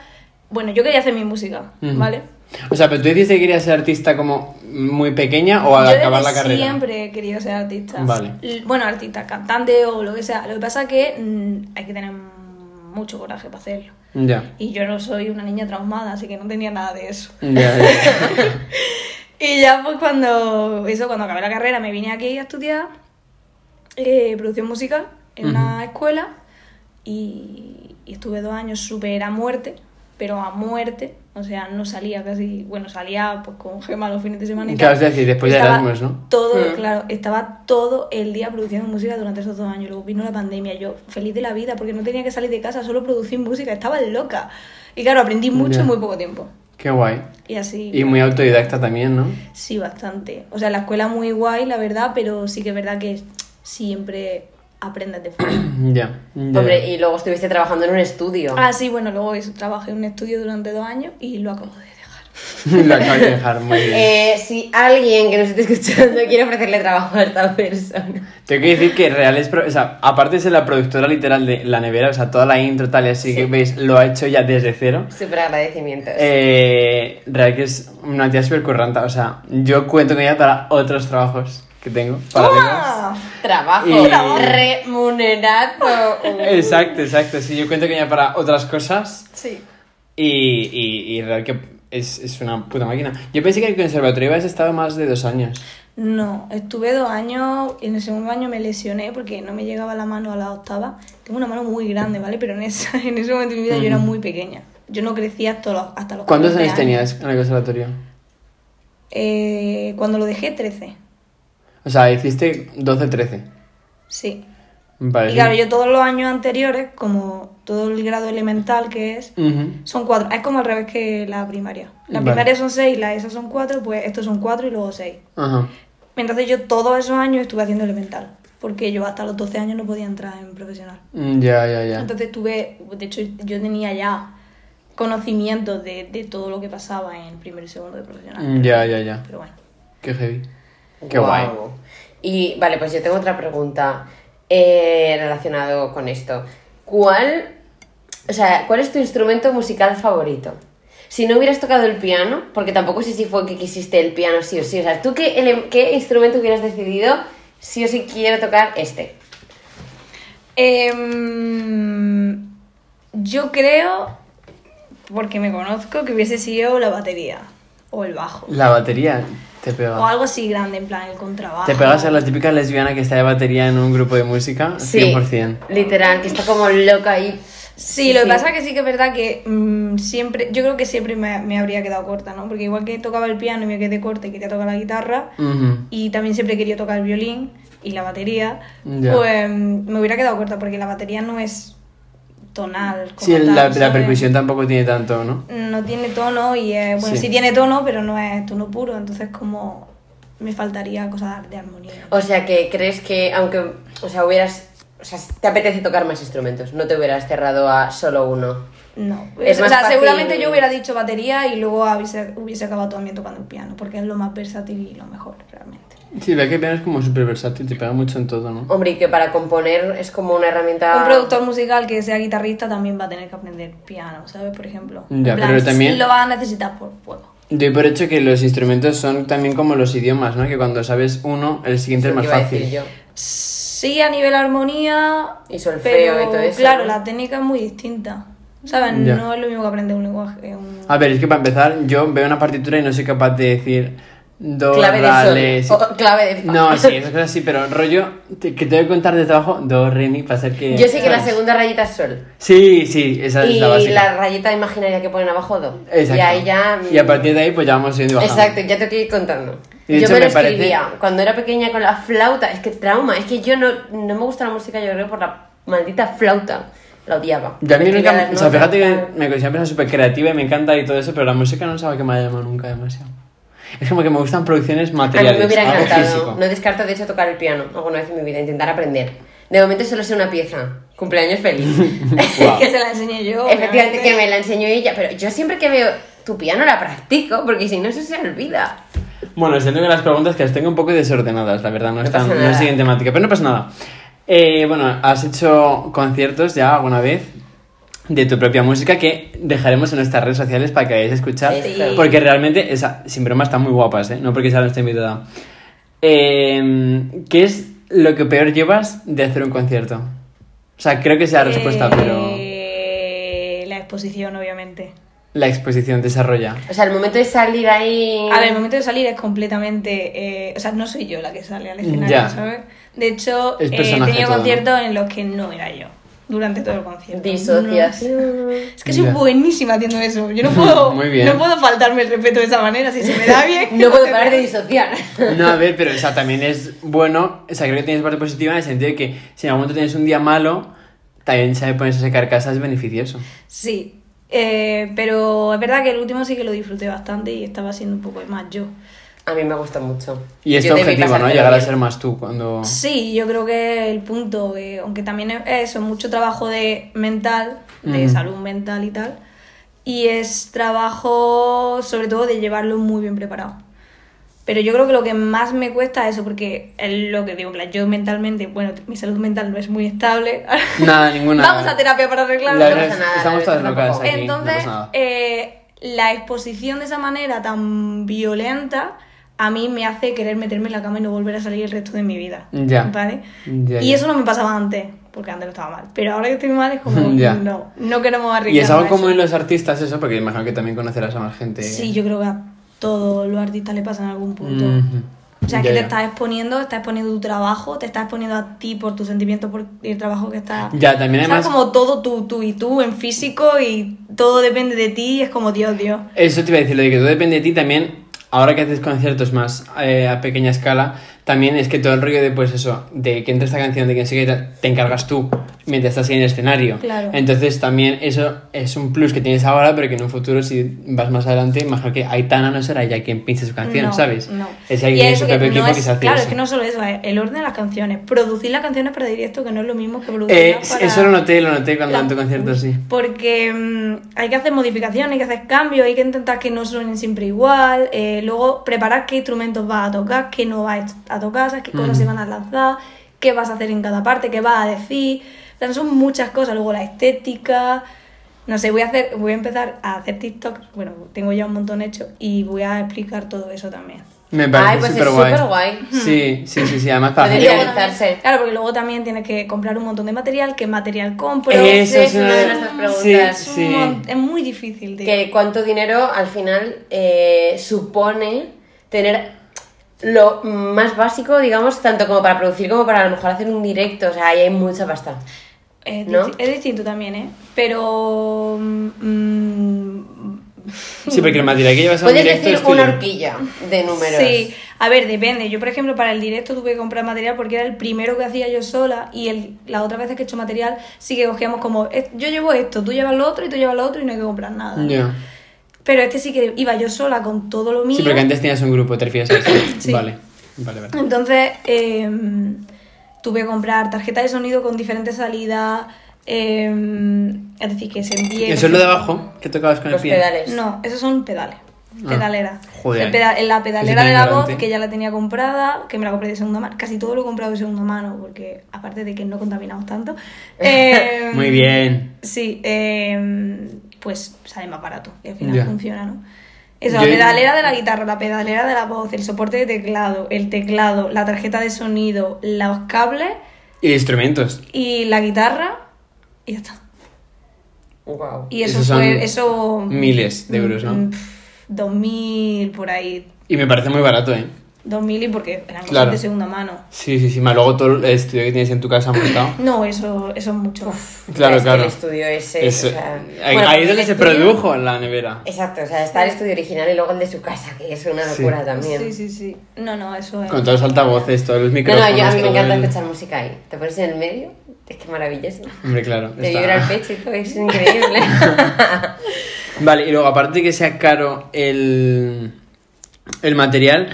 S4: bueno, yo quería hacer mi música,
S2: Ujú.
S4: ¿vale?
S2: O sea, pero tú dijiste que querías ser artista como muy pequeña o al
S4: yo
S2: acabar la
S4: desde
S2: carrera.
S4: siempre he querido ser artista.
S2: Vale.
S4: L- Bueno, artista, cantante o lo que sea. Lo que pasa que mm, hay que tener mucho coraje para hacerlo.
S2: Ya.
S4: Y yo no soy una niña traumada, así que no tenía nada de eso.
S2: Ya, ya.
S4: Y ya pues cuando eso, cuando acabé la carrera, me vine aquí a estudiar eh, producción musical en una escuela y, y estuve dos años súper a muerte, pero a muerte. O sea, no salía casi, bueno, salía pues con Gema los fines de semana. y
S2: Claro,
S4: tal.
S2: es decir, después de
S4: Estaba
S2: Erasmus, ¿no?
S4: Todo,
S3: Mm.
S4: claro, estaba todo el día produciendo música durante esos dos años. Luego vino la pandemia, yo feliz de la vida porque no tenía que salir de casa, solo producir música, estaba loca. Y claro, aprendí mucho
S2: Ya.
S4: en muy poco tiempo.
S2: Qué guay.
S4: Y así...
S2: Y muy autodidacta también, ¿no?
S4: Sí, bastante. O sea, la escuela muy guay, la verdad, pero sí que es verdad que siempre aprendes de fuera.
S2: Ya. ya.
S3: Hombre, y luego estuviste trabajando en un estudio.
S4: ah, sí, bueno, luego eso, trabajé en un estudio durante dos años y lo acabo de dejar.
S2: Lo acabo de dejar muy bien.
S3: Eh, si alguien que nos esté escuchando quiere ofrecerle trabajo a esta persona.
S2: Tengo que decir que Real es, pro- o sea, aparte de ser la productora literal de La Nevera, o sea, toda la intro tal y así que veis, lo ha hecho ya desde cero.
S3: Súper agradecimientos.
S2: Eh, Real que es una tía súper curranta, o sea, yo cuento con ella para otros trabajos que tengo, para amigos.
S4: ¡Ah!
S3: Trabajo
S2: y-
S3: remunerado.
S2: Exacto, exacto, sí, yo cuento con ella para otras cosas
S4: Sí.
S2: y, y, y Real que es, es una puta máquina. Yo pensé que en el conservatorio habías estado más de dos años.
S4: No, estuve dos años y en el segundo año me lesioné porque no me llegaba la mano a la octava. Tengo una mano muy grande, ¿vale? Pero en, esa, en ese momento de mi vida yo era muy pequeña. Yo no crecía hasta los, hasta los
S2: ¿Cuántos
S4: 14
S2: años tenías en el conservatorio?
S4: Eh, cuando lo dejé, 13.
S2: O sea, hiciste 12, 13.
S4: Sí.
S2: Vale.
S4: Y claro, yo todos los años anteriores, como todo el grado elemental que es,
S2: Ujú.
S4: son cuatro. Es como al revés que la primaria. La
S2: Vale.
S4: primaria son seis, la ESA son cuatro, pues estos son cuatro y luego seis.
S2: Ajá.
S4: Entonces yo todos esos años estuve haciendo elemental, porque yo hasta los 12 años no podía entrar en profesional.
S2: Mm, Ya, ya, ya.
S4: Entonces tuve, de hecho yo tenía ya conocimientos de, de todo lo que pasaba en primero y segundo de profesional.
S2: Mm, Ya, ya, ya.
S4: Pero bueno.
S2: Qué heavy. Qué guay.
S3: Guau. Y vale, pues yo tengo otra pregunta eh, relacionado con esto. ¿Cuál, o sea, ¿Cuál es tu instrumento musical favorito? Si no hubieras tocado el piano, porque tampoco sé si fue que quisiste el piano sí o sí, o sea, ¿tú qué, ele- qué instrumento hubieras decidido sí o sí quiero tocar este?
S4: Em, yo creo, porque me conozco, que hubiese sido la batería o el bajo.
S2: La batería te pega.
S4: O algo así grande, en plan el contrabajo.
S2: Te pegas a la típica lesbiana que está de batería en un grupo de música, 100%.
S3: literal, que está como loca ahí.
S4: Sí, lo que pasa que sí que es verdad que mm, siempre, yo creo que siempre me, me habría quedado corta, ¿no? Porque igual que tocaba el piano y me quedé corta y quería tocar la guitarra,
S2: Ujú.
S4: y también siempre quería tocar el violín y la batería,
S2: Ya.
S4: pues mm, me hubiera quedado corta porque la batería no es tonal. como
S2: Sí, el- la,
S4: tal,
S2: la
S4: ¿sabes?
S2: percusión tampoco tiene tanto, ¿no?
S4: no tiene tono y eh, bueno,
S2: Sí.
S4: sí. tiene tono, pero no es tono puro, entonces como me faltaría cosas de armonía.
S3: O sea, que crees que aunque, o sea, hubieras, o sea, te apetece tocar más instrumentos, no te hubieras cerrado a solo uno.
S4: No,
S3: Es
S4: o
S3: más
S4: sea,
S3: fácil-
S4: seguramente yo hubiera dicho batería y luego hubiese, hubiese acabado también tocando el piano, porque es lo más versátil y lo mejor realmente.
S2: Sí, la que piano es como súper versátil, te pega mucho en todo, ¿no?
S3: Hombre, y que para componer es como una herramienta...
S4: Un productor musical que sea guitarrista también va a tener que aprender piano, ¿sabes? Por ejemplo.
S2: Ya,
S4: En
S2: pero también-
S4: Lo va a necesitar por fuego.
S2: Doy por hecho que los instrumentos son también como los idiomas, ¿no? Que cuando sabes uno, el siguiente es
S3: Eso
S2: más
S3: te iba a decir
S2: fácil.
S3: yo.
S4: Sí, a nivel armonía.
S3: Y solfeo y todo eso,
S4: Claro,
S3: ¿no?
S4: la técnica es muy distinta. ¿Sabes?
S2: Ya.
S4: No es lo mismo que aprender un lenguaje. un-
S2: A ver, es que para empezar, yo veo una partitura y no soy capaz de decir do,
S3: Clave de
S2: ra,
S3: sol,
S2: le, si-
S3: o clave de fa.
S2: No, sí, esas cosas sí, pero rollo te- que te voy a contar desde abajo do, re, mi, para hacer que...
S3: Yo sé que la
S2: ¿sabes?
S3: segunda rayita es sol.
S2: Sí, sí, esa es
S3: Y
S2: la básica.
S3: la rayita imaginaria que ponen abajo do.
S2: Exacto.
S3: Y ahí ya. mm,
S2: Y a partir de ahí pues ya vamos yendo y bajando.
S3: Exacto, ya te estoy contando.
S2: Y de
S3: yo
S2: hecho
S3: me lo
S2: me parece-
S3: escribía cuando era pequeña con la flauta. Es que trauma, es que yo no, no me gusta la música, yo creo, por la maldita flauta. La odiaba.
S2: Yo a mí
S3: Me escribía
S2: nunca...
S3: las
S2: O sea,
S3: notas,
S2: fíjate que
S3: tal.
S2: me considero una persona súper creativa y me encanta y todo eso, pero la música no sabe que me ha llamado nunca demasiado. Es como que me gustan producciones
S3: A
S2: materiales,
S3: mí me hubiera
S2: algo
S3: encantado.
S2: físico.
S3: No descarto, de hecho, tocar el piano alguna vez en mi vida, intentar aprender. De momento solo sé una pieza. Cumpleaños feliz.
S2: Guau.
S4: Que se la enseñé yo.
S3: Efectivamente,
S4: obviamente.
S3: que me la enseñó ella, pero yo siempre que veo tu piano la practico, porque si no, eso se olvida.
S2: Bueno, siento que las preguntas que las tengo un poco desordenadas, la verdad, no, están,
S3: pasa
S2: no
S3: nada.
S2: siguen temática, pero no pasa nada. Eh, bueno, has hecho conciertos ya alguna vez de tu propia música que dejaremos en nuestras redes sociales para que vayáis a escuchar,
S3: Sí.
S2: porque realmente, esa, sin broma, están muy guapas, ¿eh? No porque sea nuestra invitada. Eh, ¿Qué es lo que peor llevas de hacer un concierto? O sea, creo que sea la respuesta, pero...
S4: Eh, exposición, obviamente.
S2: La exposición desarrolla.
S3: O sea, el momento de salir ahí.
S4: A ver, el momento de salir es completamente. eh, o sea, no soy yo la que sale al escenario,
S2: Ya.
S4: ¿sabes? De hecho,
S2: Es
S4: eh, he
S2: personaje
S4: tenido
S2: todo, ¿no?
S4: conciertos en los que no era yo. Durante todo el concierto. No.
S3: Disociación.
S4: Es que soy
S2: Ya.
S4: buenísima haciendo eso. Yo no puedo,
S2: Muy bien.
S4: no puedo faltarme el respeto de esa manera. Si se me da bien.
S3: No puedo parar de disociar.
S2: No, a ver, pero o sea, también es bueno, o sea, creo que tienes parte positiva en el sentido de que si en algún momento tienes un día malo, también saber ponerse a secar casa es beneficioso.
S4: Sí, eh, pero es verdad que el último sí que lo disfruté bastante y estaba siendo un poco más yo.
S3: A mí me gusta mucho.
S2: Y es
S3: Yo
S2: tu
S3: debí
S2: objetivo, ¿no?
S3: pasármelo
S2: Llegar a
S3: bien.
S2: ser más tú cuando...
S4: Sí, yo creo que el punto, eh, aunque también es eso, mucho trabajo de mental, de
S2: Mm.
S4: salud mental y tal, y es trabajo sobre todo de llevarlo muy bien preparado. Pero yo creo que lo que más me cuesta es eso, porque es lo que digo, en plan, yo mentalmente, bueno, mi salud mental no es muy estable.
S2: Nada, ninguna.
S4: Vamos a terapia para arreglarlo.
S2: La
S3: no
S2: verdad
S3: pasa
S2: es-
S3: nada,
S2: estamos
S3: la verdad
S2: todas locas
S3: tampoco.
S2: aquí, no
S4: Entonces,
S2: pasa nada.
S4: eh, la exposición de esa manera tan violenta a mí me hace querer meterme en la cama y no volver a salir el resto de mi vida.
S2: Ya.
S4: ¿Vale?
S2: Ya,
S4: y
S2: ya.
S4: eso no me pasaba antes, porque antes no estaba mal. Pero ahora que estoy mal es como,
S2: Ya.
S4: no, no queremos arriesgar.
S2: Y es algo como en los artistas eso, porque imagino que también conocerás a más gente.
S4: Sí, yo creo que a todos los artistas le pasa en algún punto.
S2: Ujú.
S4: O sea,
S2: Ya,
S4: que te
S2: ya.
S4: estás exponiendo, estás exponiendo tu trabajo, te estás exponiendo a ti por tus sentimientos, por el trabajo que estás...
S2: Ya, también
S4: O sea,
S2: además...
S4: como todo tú, tú y tú en físico y todo depende de ti y es como Dios, Dios.
S2: Eso te iba a decir, lo de que todo depende de ti también. Ahora que haces conciertos más eh, a pequeña escala, también es que todo el rollo de, pues eso, de que entra esta canción, de que no sé qué, tal, te encargas tú mientras estás en el escenario.
S4: Claro.
S2: Entonces también eso es un plus que tienes ahora, pero que en un futuro, si vas más adelante, imagino que Aitana no será ella quien pinche su canción,
S4: No,
S2: ¿sabes?
S4: no.
S2: Es alguien
S4: Y
S2: de
S4: eso
S2: su
S4: que
S2: propio
S4: no
S2: equipo
S4: es-
S2: que se hace
S4: Claro,
S2: eso.
S4: es que no solo eso, es el orden de las canciones. Producir las canciones para directo, que no es lo mismo que producir
S2: Eh, Eso lo noté, lo noté cuando
S4: la-
S2: en tu concierto, sí.
S4: Porque mm, hay que hacer modificaciones, hay que hacer cambios, hay que intentar que no suenen siempre igual. eh, luego, preparar qué instrumentos vas a tocar, qué no vas a tocar, sabes, qué cosas
S2: Mm.
S4: se van a lanzar, qué vas a hacer en cada parte, qué vas a decir. O sea, son muchas cosas. Luego, la estética. No sé, voy a, hacer, voy a empezar a hacer TikTok. Bueno, tengo ya un montón hecho y voy a explicar todo eso también.
S2: Me parece
S3: Ay, pues es
S2: súper guay.
S3: superguay.
S2: Sí, sí, sí, sí, además para
S3: Podría-
S2: gente-
S4: luego
S3: organizarse.
S4: también- Claro, porque luego también tienes que comprar un montón de material, qué material compro.
S2: Eso
S3: es una de nuestras preguntas.
S4: Es,
S2: Sí,
S4: un
S2: sí.
S4: mon- es muy difícil, tío.
S3: que cuánto dinero al final eh, supone tener lo más básico, digamos, tanto como para producir como para a lo mejor hacer un directo. O sea, ahí hay mucha pasta.
S4: Es,
S3: ¿no?
S4: disti- es distinto también, ¿eh? Pero... mm,
S2: Sí, porque el material que llevas a un
S3: Puedes
S2: directo
S3: decir
S2: es tuyo.
S3: una horquilla de números.
S4: Sí, a ver, depende. Yo, por ejemplo, para el directo tuve que comprar material porque era el primero que hacía yo sola y el, las otras veces que he hecho material sí que cogíamos como, "Es- yo llevo esto, tú llevas lo otro y tú llevas lo otro y no hay que comprar nada.
S2: Ya.
S4: Pero este sí que iba yo sola con todo lo mío.
S2: Sí, porque antes tenías un grupo, te refieres a eso.
S4: Sí.
S2: Vale, vale, vale.
S4: Entonces, em, tuve que comprar tarjeta de sonido con diferentes salidas. em, es decir, que se envíe.
S2: Eso es lo de abajo, que tocabas con el
S3: Los
S2: pie.
S3: Pues pedales.
S4: No, esos Pues son pedales.
S2: Ah,
S4: Pedalera.
S2: joder.
S4: El peda- la pedalera
S2: Ese
S4: de la
S2: tiene
S4: voz
S2: delante.
S4: que ya la tenía comprada, que me la compré de segunda mano. Casi todo lo he comprado de segunda mano, porque aparte de que no contaminamos tanto. em,
S2: Muy bien.
S4: Sí, em, pues sale más barato y al final
S2: Ya.
S4: funciona, ¿no? Eso,
S2: Yo-
S4: la pedalera de la guitarra, la pedalera de la voz, el soporte de teclado, el teclado, la tarjeta de sonido, los cables
S2: Y instrumentos.
S4: y la guitarra y ya está.
S3: Wow.
S4: Y eso
S2: Esos son
S4: fue, eso...
S2: miles de euros, ¿no?
S4: Mm, pf, 2000 por ahí,
S2: Y me parece muy barato, ¿eh?
S4: 2000 y porque eran cosas
S2: Claro.
S4: de segunda mano.
S2: Sí, sí, sí. Más luego todo el estudio que tienes en tu casa montado.
S4: No, eso, eso es mucho.
S2: Claro,
S3: Es que
S2: claro.
S3: El estudio ese.
S2: Eso-
S3: o sea,
S2: ahí
S3: bueno,
S2: ahí es
S3: el
S2: donde se
S3: estudio-
S2: produjo la nevera.
S3: Exacto, o sea, está el estudio original y luego el de su casa, que es una
S2: Sí.
S3: locura también.
S4: Sí, sí, sí. No, no, eso es...
S2: Con todos los altavoces, todos los
S3: No, no,
S2: micrófonos.
S3: yo a mí me
S2: todo
S3: encanta
S2: el-
S3: escuchar música ahí. Te pones en el medio, es que maravilloso.
S2: Hombre, claro.
S3: Te
S2: está-
S3: vibra el pecho y todo, es increíble.
S2: Vale, y luego aparte de que sea caro el, el material,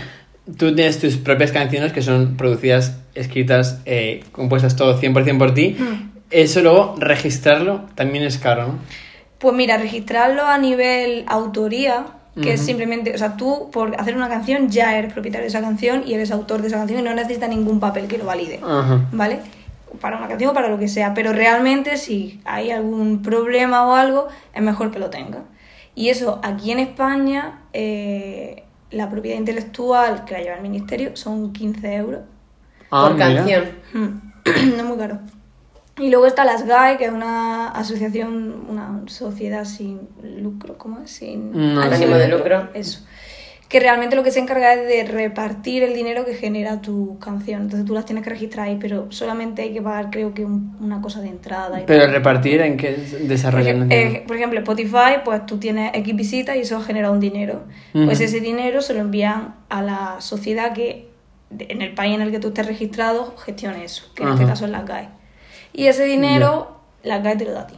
S2: tú tienes tus propias canciones que son producidas, escritas, eh, compuestas todo 100% por ti.
S3: Hmm.
S2: Eso luego, registrarlo también es caro, ¿no?
S4: Pues mira, registrarlo a nivel autoría, que es
S2: Ujú.
S4: simplemente, o sea, tú por hacer una canción ya eres propietario de esa canción y eres autor de esa canción y no necesitas ningún papel que lo valide,
S2: Ajá.
S4: ¿vale? Para una canción o para lo que sea, pero realmente si hay algún problema o algo, es mejor que lo tenga. Y eso, aquí en España, eh, la propiedad intelectual que la lleva el ministerio son 15 euros.
S2: Ah,
S3: por
S2: mira.
S4: Hmm.
S3: canción.
S4: Mm. no es muy caro. Y luego está las GAE, que es una asociación, una sociedad sin lucro, ¿cómo es? Sin
S2: No,
S3: Ánimo de lucro.
S4: Eso. Que realmente lo que se encarga es de repartir el dinero que genera tu canción. Entonces tú las tienes que registrar ahí, pero solamente hay que pagar, creo que, un- una cosa de entrada. Y
S2: Pero
S4: tal.
S2: repartir en qué
S4: Por
S2: desarrollan.
S4: ejem-
S2: el dinero?
S4: eh, por ejemplo, Spotify, pues tú tienes X visitas y eso genera un dinero.
S2: Ujú.
S4: Pues ese dinero se lo envían a la sociedad que, de- en el país en el que tú estés registrado, gestione eso, que en este
S2: Ajá.
S4: caso es la GAE. Y ese dinero, la GAE te lo da a ti.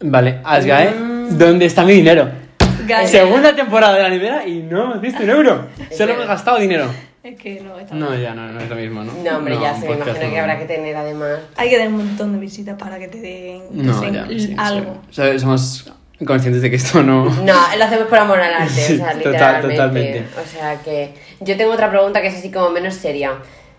S2: Vale, Asgae,
S3: Ah.
S2: ¿dónde está mi dinero?
S4: GAE.
S2: Segunda temporada de la nevera y no hemos visto un euro. Solo
S3: verdad.
S2: hemos gastado dinero.
S4: Es que no, está
S2: No, ya no, no es lo mismo, ¿no?
S3: No, hombre, ya
S2: un
S3: se me
S2: podcast
S3: imagino que
S2: no.
S3: habrá que tener además.
S4: Hay que tener un montón de visitas para que te den, que
S2: No,
S4: sean
S2: ya, sí, sí.
S4: algo.
S2: O sea, Somos conscientes de que esto no.
S3: No, lo hacemos por amor al arte,
S2: Sí,
S3: o sea,
S2: total-
S3: literalmente.
S2: totalmente.
S3: O sea que. Yo tengo otra pregunta que es así como menos seria.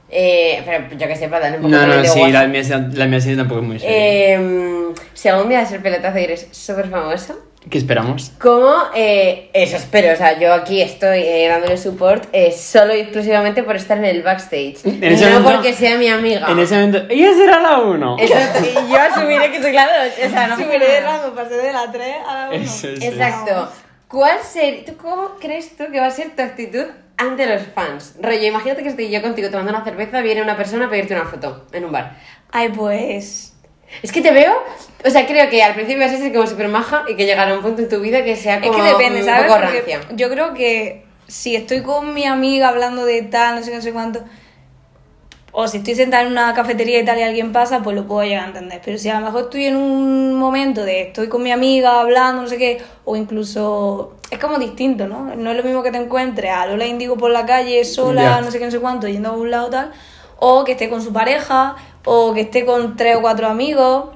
S3: Eh, pero yo que sé, para darle un poco
S2: No,
S3: también
S2: no,
S3: de
S2: sí,
S3: guasa.
S2: la mía, la mía sí tampoco es muy seria.
S3: Eh, si algún día de ser pelotazo y eres súper famoso,
S2: ¿Qué esperamos?
S3: ¿cómo? eh, eso espero, o sea, yo aquí estoy eh, dándole support eh, solo y exclusivamente por estar en el backstage.
S2: En ese
S3: no
S2: momento-
S3: porque sea mi amiga.
S2: En ese momento. ¡Y esa era la 1!
S3: Eso- y yo asumiré que soy la dos, o sea, no pasa nada.
S4: pasé de la 3 a la 1.
S2: Eso es.
S3: Exacto. ¿Cuál ser, tú cómo crees tú que va a ser tu actitud ante los fans? Rollo, imagínate que estoy yo contigo tomando una cerveza, viene una persona a pedirte una foto en un bar.
S4: Ay, pues.
S3: Es que te veo, o sea, creo que al principio vas a ser como súper maja y que llegará un punto en tu vida que sea
S4: Es
S3: como
S4: que depende,
S3: un
S4: ¿sabes?
S3: poco
S4: Porque
S3: rancia.
S4: yo creo que si estoy con mi amiga hablando de tal, no sé qué, no sé cuánto, o si estoy sentada en una cafetería y tal y alguien pasa, pues lo puedo llegar a entender. Pero si a lo mejor estoy en un momento de estoy con mi amiga hablando, no sé qué, o incluso es como distinto, ¿no? No es lo mismo que te encuentres a Lola Indigo por la calle sola,
S2: Ya.
S4: no sé qué, no sé cuánto, yendo a un lado tal, o que esté con su pareja, o que esté con tres o cuatro amigos.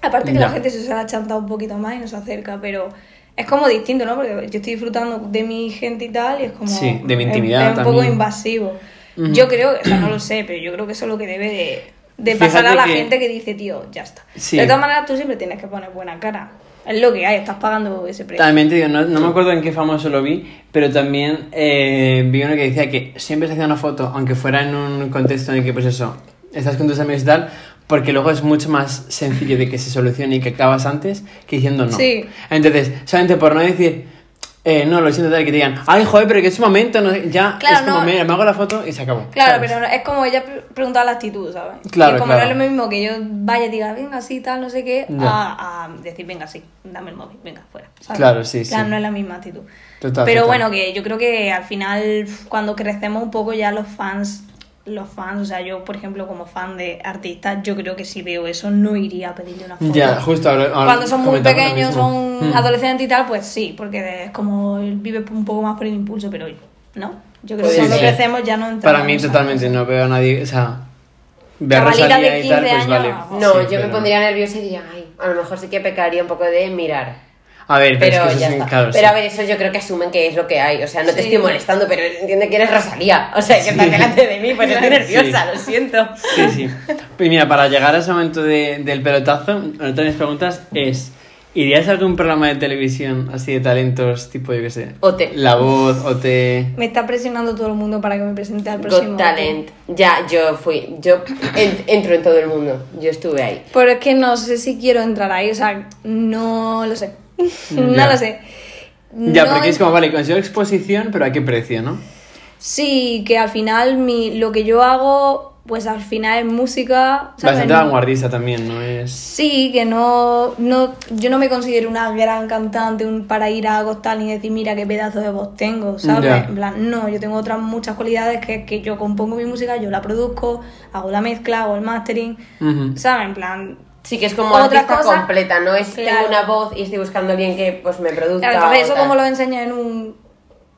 S4: Aparte que
S2: Ya.
S4: la gente se ha achantado un poquito más y nos acerca, pero es como distinto, ¿no? Porque yo estoy disfrutando de mi gente y tal, y es como.
S2: Sí, de mi
S4: es-
S2: intimidad
S4: Es, un poco
S2: también.
S4: invasivo.
S2: Ujú.
S4: Yo creo, o sea, no lo sé, pero yo creo que eso es lo que debe de, de pasar
S2: Fíjate
S4: a la
S2: que-
S4: gente que dice, tío, ya está.
S2: Sí.
S4: De todas maneras, tú siempre tienes que poner buena cara. Es lo que hay, estás pagando ese precio.
S2: También te digo, no, no me acuerdo en qué famoso lo vi, pero también eh, vi uno que decía que siempre se hacía una foto, aunque fuera en un contexto en el que, pues eso, estás con tus amigos y tal, porque luego es mucho más sencillo de que se solucione y que acabas antes que diciendo no.
S4: Sí.
S2: Entonces, solamente por no decir, eh, no, lo siento tal, que te digan, ay, joder, pero que es un momento, no sé", ya
S4: Claro,
S2: es como,
S4: no.
S2: "Mira, me hago la foto y se acabó.
S4: Claro,
S2: ¿sabes?
S4: pero es como ella pre- preguntaba la actitud, ¿sabes?
S2: Claro,
S4: Y como
S2: claro.
S4: no es lo mismo que yo vaya y diga, venga, sí, tal, no sé qué,
S2: Ya.
S4: a, a decir, venga, sí, dame el móvil, venga, fuera. ¿sabes?
S2: Claro, sí,
S4: Claro,
S2: sí.
S4: no es la misma actitud.
S2: Total,
S4: Pero
S2: total.
S4: bueno, que yo creo que al final, cuando crecemos un poco ya los fans, los fans, o sea, yo, por ejemplo, como fan de artistas, yo creo que si veo eso no iría a pedirle una foto.
S2: Ya, justo ahora. ahora
S4: Cuando son muy
S2: comentamos lo
S4: pequeños,
S2: mismo.
S4: son
S2: Mm.
S4: adolescentes y tal, pues sí, porque es como vive un poco más por el impulso, pero no. Yo creo
S3: Pues
S4: que
S3: sí,
S4: cuando
S3: sí.
S4: crecemos ya no entramos.
S2: Para mí,
S4: a-
S2: totalmente, no veo a nadie, o sea, veo a
S4: Chavalita
S2: Rosalía
S4: de
S2: y tal,
S4: 15
S2: pues vale.
S4: años,
S3: No,
S2: Sí,
S3: yo me
S2: pero-
S3: pondría nerviosa y diría, ay, a lo mejor sí que pecaría un poco de mirar.
S2: A ver, pero,
S3: Pero
S2: es que eso
S3: ya
S2: es
S3: está.
S2: claro,
S3: pero
S2: sí.
S3: a ver, eso yo creo que asumen que es lo que hay. O sea, no te
S4: Sí.
S3: estoy molestando, pero entiende que eres Rosalía. O sea, que estás delante de mí, pues estoy nerviosa,
S2: Sí.
S3: lo siento.
S2: Sí, sí. Pues mira, para llegar a ese momento de- del pelotazo, otra de mis preguntas es: ¿irías a algún programa de televisión así de talentos, tipo, yo qué sé?
S3: OT.
S2: La voz, OT.
S4: Me está presionando todo el mundo para que me presente al próximo.
S3: Got Talent. Ya, yo fui. Yo en- entro en todo el mundo. Yo estuve ahí.
S4: Pero es que no sé si quiero entrar ahí, o sea, no lo sé.
S2: Ya.
S4: no lo sé.
S2: Ya,
S4: No
S2: porque es como, vale, consigo exposición, pero ¿a qué precio, no?
S4: Sí, que al final mi, lo que yo hago, pues al final es música. ¿sabes?
S2: Bastante
S4: No-
S2: vanguardista también, ¿no? Es.
S4: Sí, que no, no. Yo no me considero una gran cantante un- para ir a Agostal y decir, mira qué pedazo de voz tengo, ¿sabes?
S2: Ya.
S4: En plan, no, yo tengo otras muchas cualidades que es que yo compongo mi música, yo la produzco, hago la mezcla, hago el mastering,
S2: Ujú.
S4: ¿sabes? En plan,
S3: Sí, que es como
S4: Otra
S3: artista
S4: cosa-
S3: completa, no es
S4: Claro.
S3: tengo una voz y estoy buscando a alguien que pues me produzca.
S4: Claro, entonces
S3: o
S4: eso
S3: tal.
S4: como lo enseña en un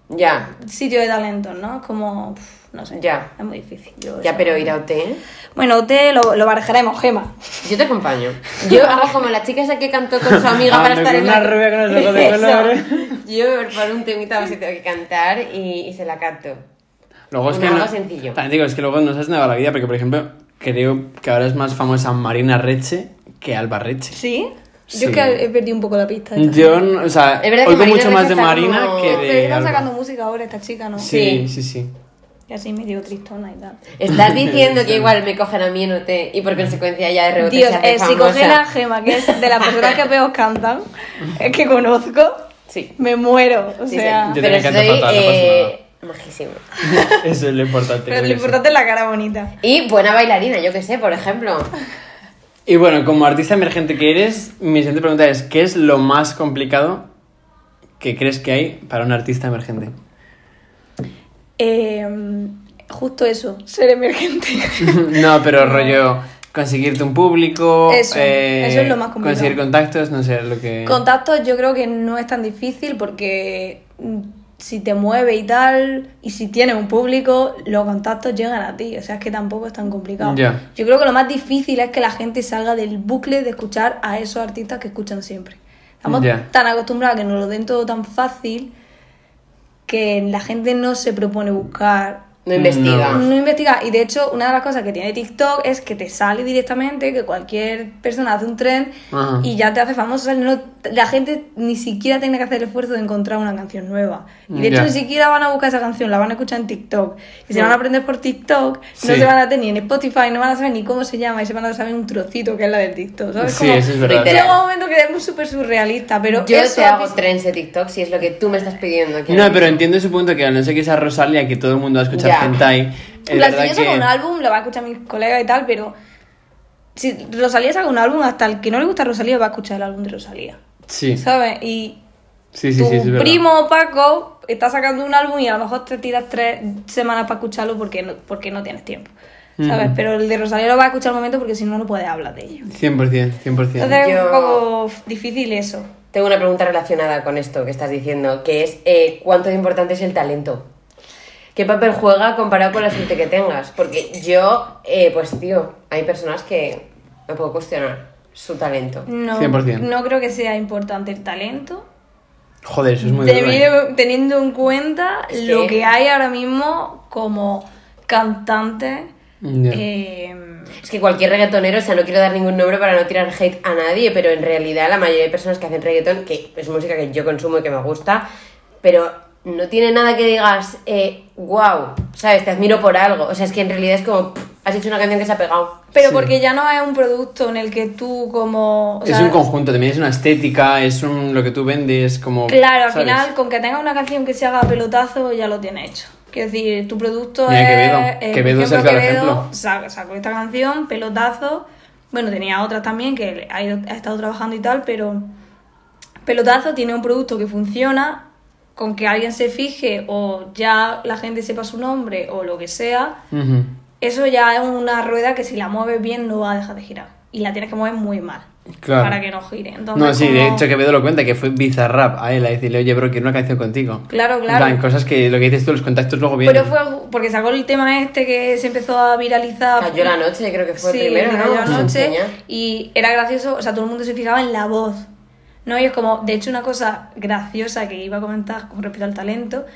S3: Ya,
S4: sitio de talentos, ¿no? Es como, pf, no sé,
S3: Ya.
S4: es muy difícil. Yo
S3: ya,
S4: eso-
S3: pero ir a OT. ¿eh?
S4: Bueno, te lo, lo barajaremos, Gema.
S3: Yo te acompaño. Yo hago como la chica esa que cantó con su amiga para
S2: Ando
S3: estar
S2: con
S3: en
S2: Ah, una
S3: la-
S2: rubia con los ojos de ¿eh?
S3: Eso.
S2: colores.
S3: Yo me preparo un temita si tengo que cantar y, y se la canto.
S2: Luego es
S3: Bueno,
S2: que
S3: algo
S2: no-
S3: sencillo.
S2: También digo, es que luego nos has negado la vida, porque por ejemplo, creo que ahora es más famosa Marina Reche que Alba Reche.
S4: ¿Sí?
S2: Sí.
S4: Yo es que he perdido un poco la pista. de esta
S2: Yo, no- o sea,
S3: Es verdad que
S2: oigo
S3: Marina
S2: mucho más
S3: Reche
S2: de
S3: está
S2: Marina
S3: como-
S2: que
S4: Pero
S2: de
S4: están
S2: Alba.
S4: sacando música ahora esta chica, ¿no?
S2: Sí, sí, sí.
S4: Y así medio tristona y tal.
S3: Estás diciendo que igual me cogen a mí en OT y por consecuencia ya de rebote
S4: Dios,
S3: se hace
S4: eh, si
S3: famosa.
S4: coge la gema, que es de las personas que peor cantan, es que conozco,
S3: Sí.
S4: me muero. O
S3: Sí, sí.
S4: sea,
S2: Yo
S3: Pero
S2: también canto
S3: soy
S2: fatal, no pasa
S3: eh, majísima.
S2: Eso es lo importante.
S4: pero
S2: creo
S4: lo
S2: que
S4: importante es la cara bonita.
S3: Y buena bailarina, yo que sé, por ejemplo.
S2: sí. Y bueno, como artista emergente que eres, mi siguiente pregunta es, ¿qué es lo más complicado que crees que hay para un artista emergente?
S4: Eh, justo eso, ser emergente.
S2: no, pero rollo, conseguirte un público,
S4: Eso,
S2: eh,
S4: eso es lo más complicado.
S2: conseguir contactos, no sé, lo que...
S4: Contactos yo creo que no es tan difícil porque mm, si te mueve y tal, y si tienes un público, los contactos llegan a ti. O sea, es que tampoco es tan complicado.
S2: Ya.
S4: Yo creo que lo más difícil es que la gente salga del bucle de escuchar a esos artistas que escuchan siempre. Estamos
S2: Ya.
S4: tan acostumbrados a que nos lo den todo tan fácil que la gente no se propone buscar
S3: No investiga.
S2: No.
S4: no investiga. Y de hecho, una de las cosas que tiene TikTok es que te sale directamente, que cualquier persona hace un tren
S2: Ajá.
S4: y ya te hace famoso. O sea, no- la gente ni siquiera tiene que hacer el esfuerzo de encontrar una canción nueva. Y de
S2: Ya.
S4: hecho, ni siquiera van a buscar esa canción, la van a escuchar en TikTok. Y se van a aprender por TikTok, no
S2: Sí.
S4: se van a tener ni en Spotify, no van a saber ni cómo se llama y se van a saber un trocito que es la del TikTok. ¿sabes?
S2: Sí,
S4: Como-
S2: eso es verdad.
S3: literal.
S4: Llega un momento que es súper surrealista, pero
S3: yo
S4: eso
S3: te
S4: ha
S3: hago
S4: visto-
S3: trends de TikTok si es lo que tú me estás pidiendo. que
S2: No,
S3: haga.
S2: pero entiendo su punto que al no ser que sea Rosalia, que todo el mundo va a escuchar
S3: Ya.
S2: hentai. es
S4: En plan, si
S2: verdad
S4: yo saco
S2: que-
S4: un álbum, lo va a escuchar mis colegas y tal, pero si Rosalía saca un álbum, hasta el que no le gusta Rosalía va a escuchar el álbum de Rosalía.
S2: Sí, sí,
S4: ¿Sabes? Y
S2: sí,
S4: tu
S2: sí, es verdad.
S4: primo Paco está sacando un álbum y a lo mejor te tiras tres semanas para escucharlo porque no, porque no tienes tiempo. ¿Sabes?
S2: Ujú.
S4: Pero el de Rosalía lo va a escuchar al momento porque si no, no puedes hablar de ello.
S2: 100%, 100%.
S4: Entonces es
S3: Yo-
S4: un poco difícil eso.
S3: Tengo una pregunta relacionada con esto que estás diciendo, que es eh, ¿cuánto de importante es el talento? ¿Qué papel juega comparado con la suerte que tengas? Porque yo, eh, pues tío, hay personas que me puedo cuestionar su talento.
S4: No,
S2: 100%.
S4: no creo que sea importante el talento.
S2: Joder, eso es muy duro. ¿eh?
S4: Debido- teniendo en cuenta
S3: Es
S4: lo
S3: que-
S4: que hay ahora mismo como cantante.
S2: Ya.
S4: eh,
S3: Es que cualquier reggaetonero, o sea, no quiero dar ningún nombre para no tirar hate a nadie, pero en realidad la mayoría de personas que hacen reggaeton, que es música que yo consumo y que me gusta, pero no tiene nada que digas, eh, wow, ¿sabes? Te admiro por algo. O sea, es que en realidad es como, "Pff, has hecho una canción que se ha pegado.
S4: pero
S2: Sí.
S4: porque ya no es un producto en el que tú como... o
S2: es
S4: sea,
S2: un conjunto, también es una estética, es un, lo que tú vendes, como...
S4: Claro, al
S2: ¿sabes?
S4: final con que tenga una canción que se haga pelotazo ya lo tiene hecho. Quiero decir, tu producto
S2: Mira,
S4: es...
S2: Quevedo.
S4: eh,
S2: Quevedo es el
S4: ejemplo,
S2: claro
S4: Quevedo
S2: ejemplo.
S4: sa- sacó esta canción, pelotazo. Bueno, tenía otras también que él ha, ido- ha estado trabajando y tal, pero pelotazo tiene un producto que funciona. Con que alguien se fije o ya la gente sepa su nombre o lo que sea,
S2: Ujú.
S4: eso ya es una rueda que si la mueves bien no va a dejar de girar. Y la tienes que mover muy mal
S2: Claro.
S4: para que no gire. Entonces,
S2: No, sí, de
S4: como-
S2: hecho Quevedo lo cuenta, que fue Bizarrap a él, a decirle, oye, bro, quiero una canción contigo.
S4: Claro,
S2: En
S4: claro.
S2: plan, cosas que lo que dices tú, los contactos luego vienen.
S4: Pero fue porque sacó el tema este que se empezó a viralizar.
S3: Cayó la noche, creo que fue
S4: Ah, sí,
S3: primero, ¿no?
S4: cayó la
S3: Sin
S4: noche.
S3: señal.
S4: Y era gracioso, o sea, todo el mundo se fijaba en la voz. ¿no? Y es como, de hecho, una cosa graciosa que iba a comentar con respecto al talento,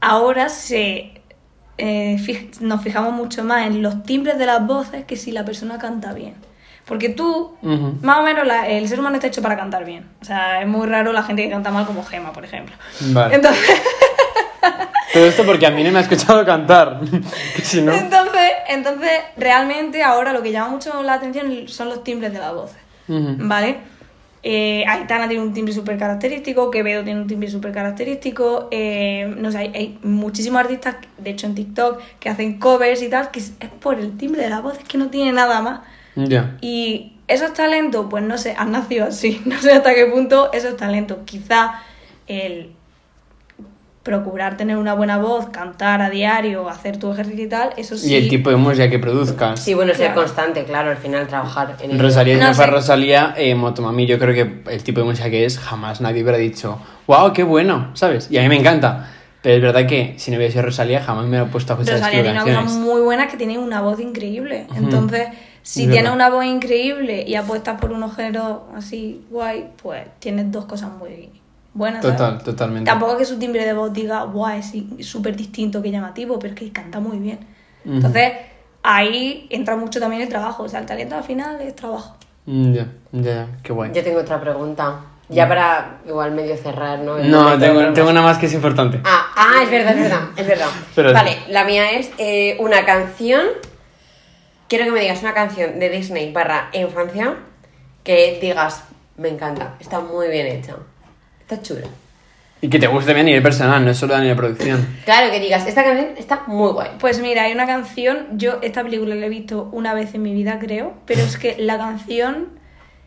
S4: ahora se eh, fij- nos fijamos mucho más en los timbres de las voces que si la persona canta bien. Porque tú,
S2: Ujú.
S4: más o menos, la- el ser humano está hecho para cantar bien. O sea, es muy raro la gente que canta mal como Gema, por ejemplo.
S2: Vale.
S4: Entonces,
S2: Todo esto porque a mí no me ha escuchado cantar. que si no...
S4: Entonces, entonces, realmente ahora lo que llama mucho la atención son los timbres de las voces,
S2: Ujú.
S4: ¿vale? Eh, Aitana tiene un timbre súper característico, Quevedo tiene un timbre súper característico, eh, no sé, hay, hay muchísimos artistas, de hecho en TikTok, que hacen covers y tal, que es es por el timbre de las voces, que no tiene nada más.
S2: Ya.
S4: Y esos talentos, pues no sé, han nacido así. No sé hasta qué punto esos talentos. Quizá el procurar tener una buena voz, cantar a diario, hacer tu ejercicio y tal, eso Pues sí.
S2: Y el tipo de música que produzcas.
S3: Sí, bueno, ser
S4: Claro.
S3: constante, claro, al final trabajar en ello.
S2: Rosalía,
S4: No
S2: no fue
S4: sé.
S2: Rosalía, eh, Motomami, yo creo que el tipo de música que es, jamás nadie hubiera dicho, wow, qué bueno, ¿sabes? Y a mí me encanta. Pero es verdad que si no hubiera sido Rosalía, jamás me hubiera puesto a escuchar
S4: Rosalía
S2: estas
S4: tiene una
S2: canciones.
S4: cosa muy buena que tiene una voz increíble. Entonces, si
S2: Es
S4: tienes
S2: verdad.
S4: una voz increíble y apuestas por unos géneros así guay, pues tienes dos cosas muy buenas. ¿sabes?
S2: Total, totalmente.
S4: Tampoco es que su timbre de voz diga, guau, es i- súper distinto, que llamativo, pero es que canta muy bien.
S2: Ujú.
S4: Entonces, ahí entra mucho también el trabajo. O sea, el talento al final es trabajo.
S2: Mm, Ya, ya, ya, qué guay.
S3: Yo tengo otra pregunta. Ya para igual medio cerrar, ¿no? El
S2: No,
S3: momento de
S2: tengo,
S3: bromas.
S2: tengo una más que es importante.
S3: Ah, ah, es verdad, es verdad, es verdad.
S2: Pero-
S3: vale, la mía es eh, una canción. Quiero que me digas una canción de Disney barra infancia que digas, me encanta, está muy bien hecha, está chula.
S2: Y que te guste bien a nivel personal, no es solo a nivel producción.
S3: Claro, que digas, esta canción está muy guay.
S4: Pues mira, hay una canción, yo esta película la he visto una vez en mi vida, creo, pero es que la canción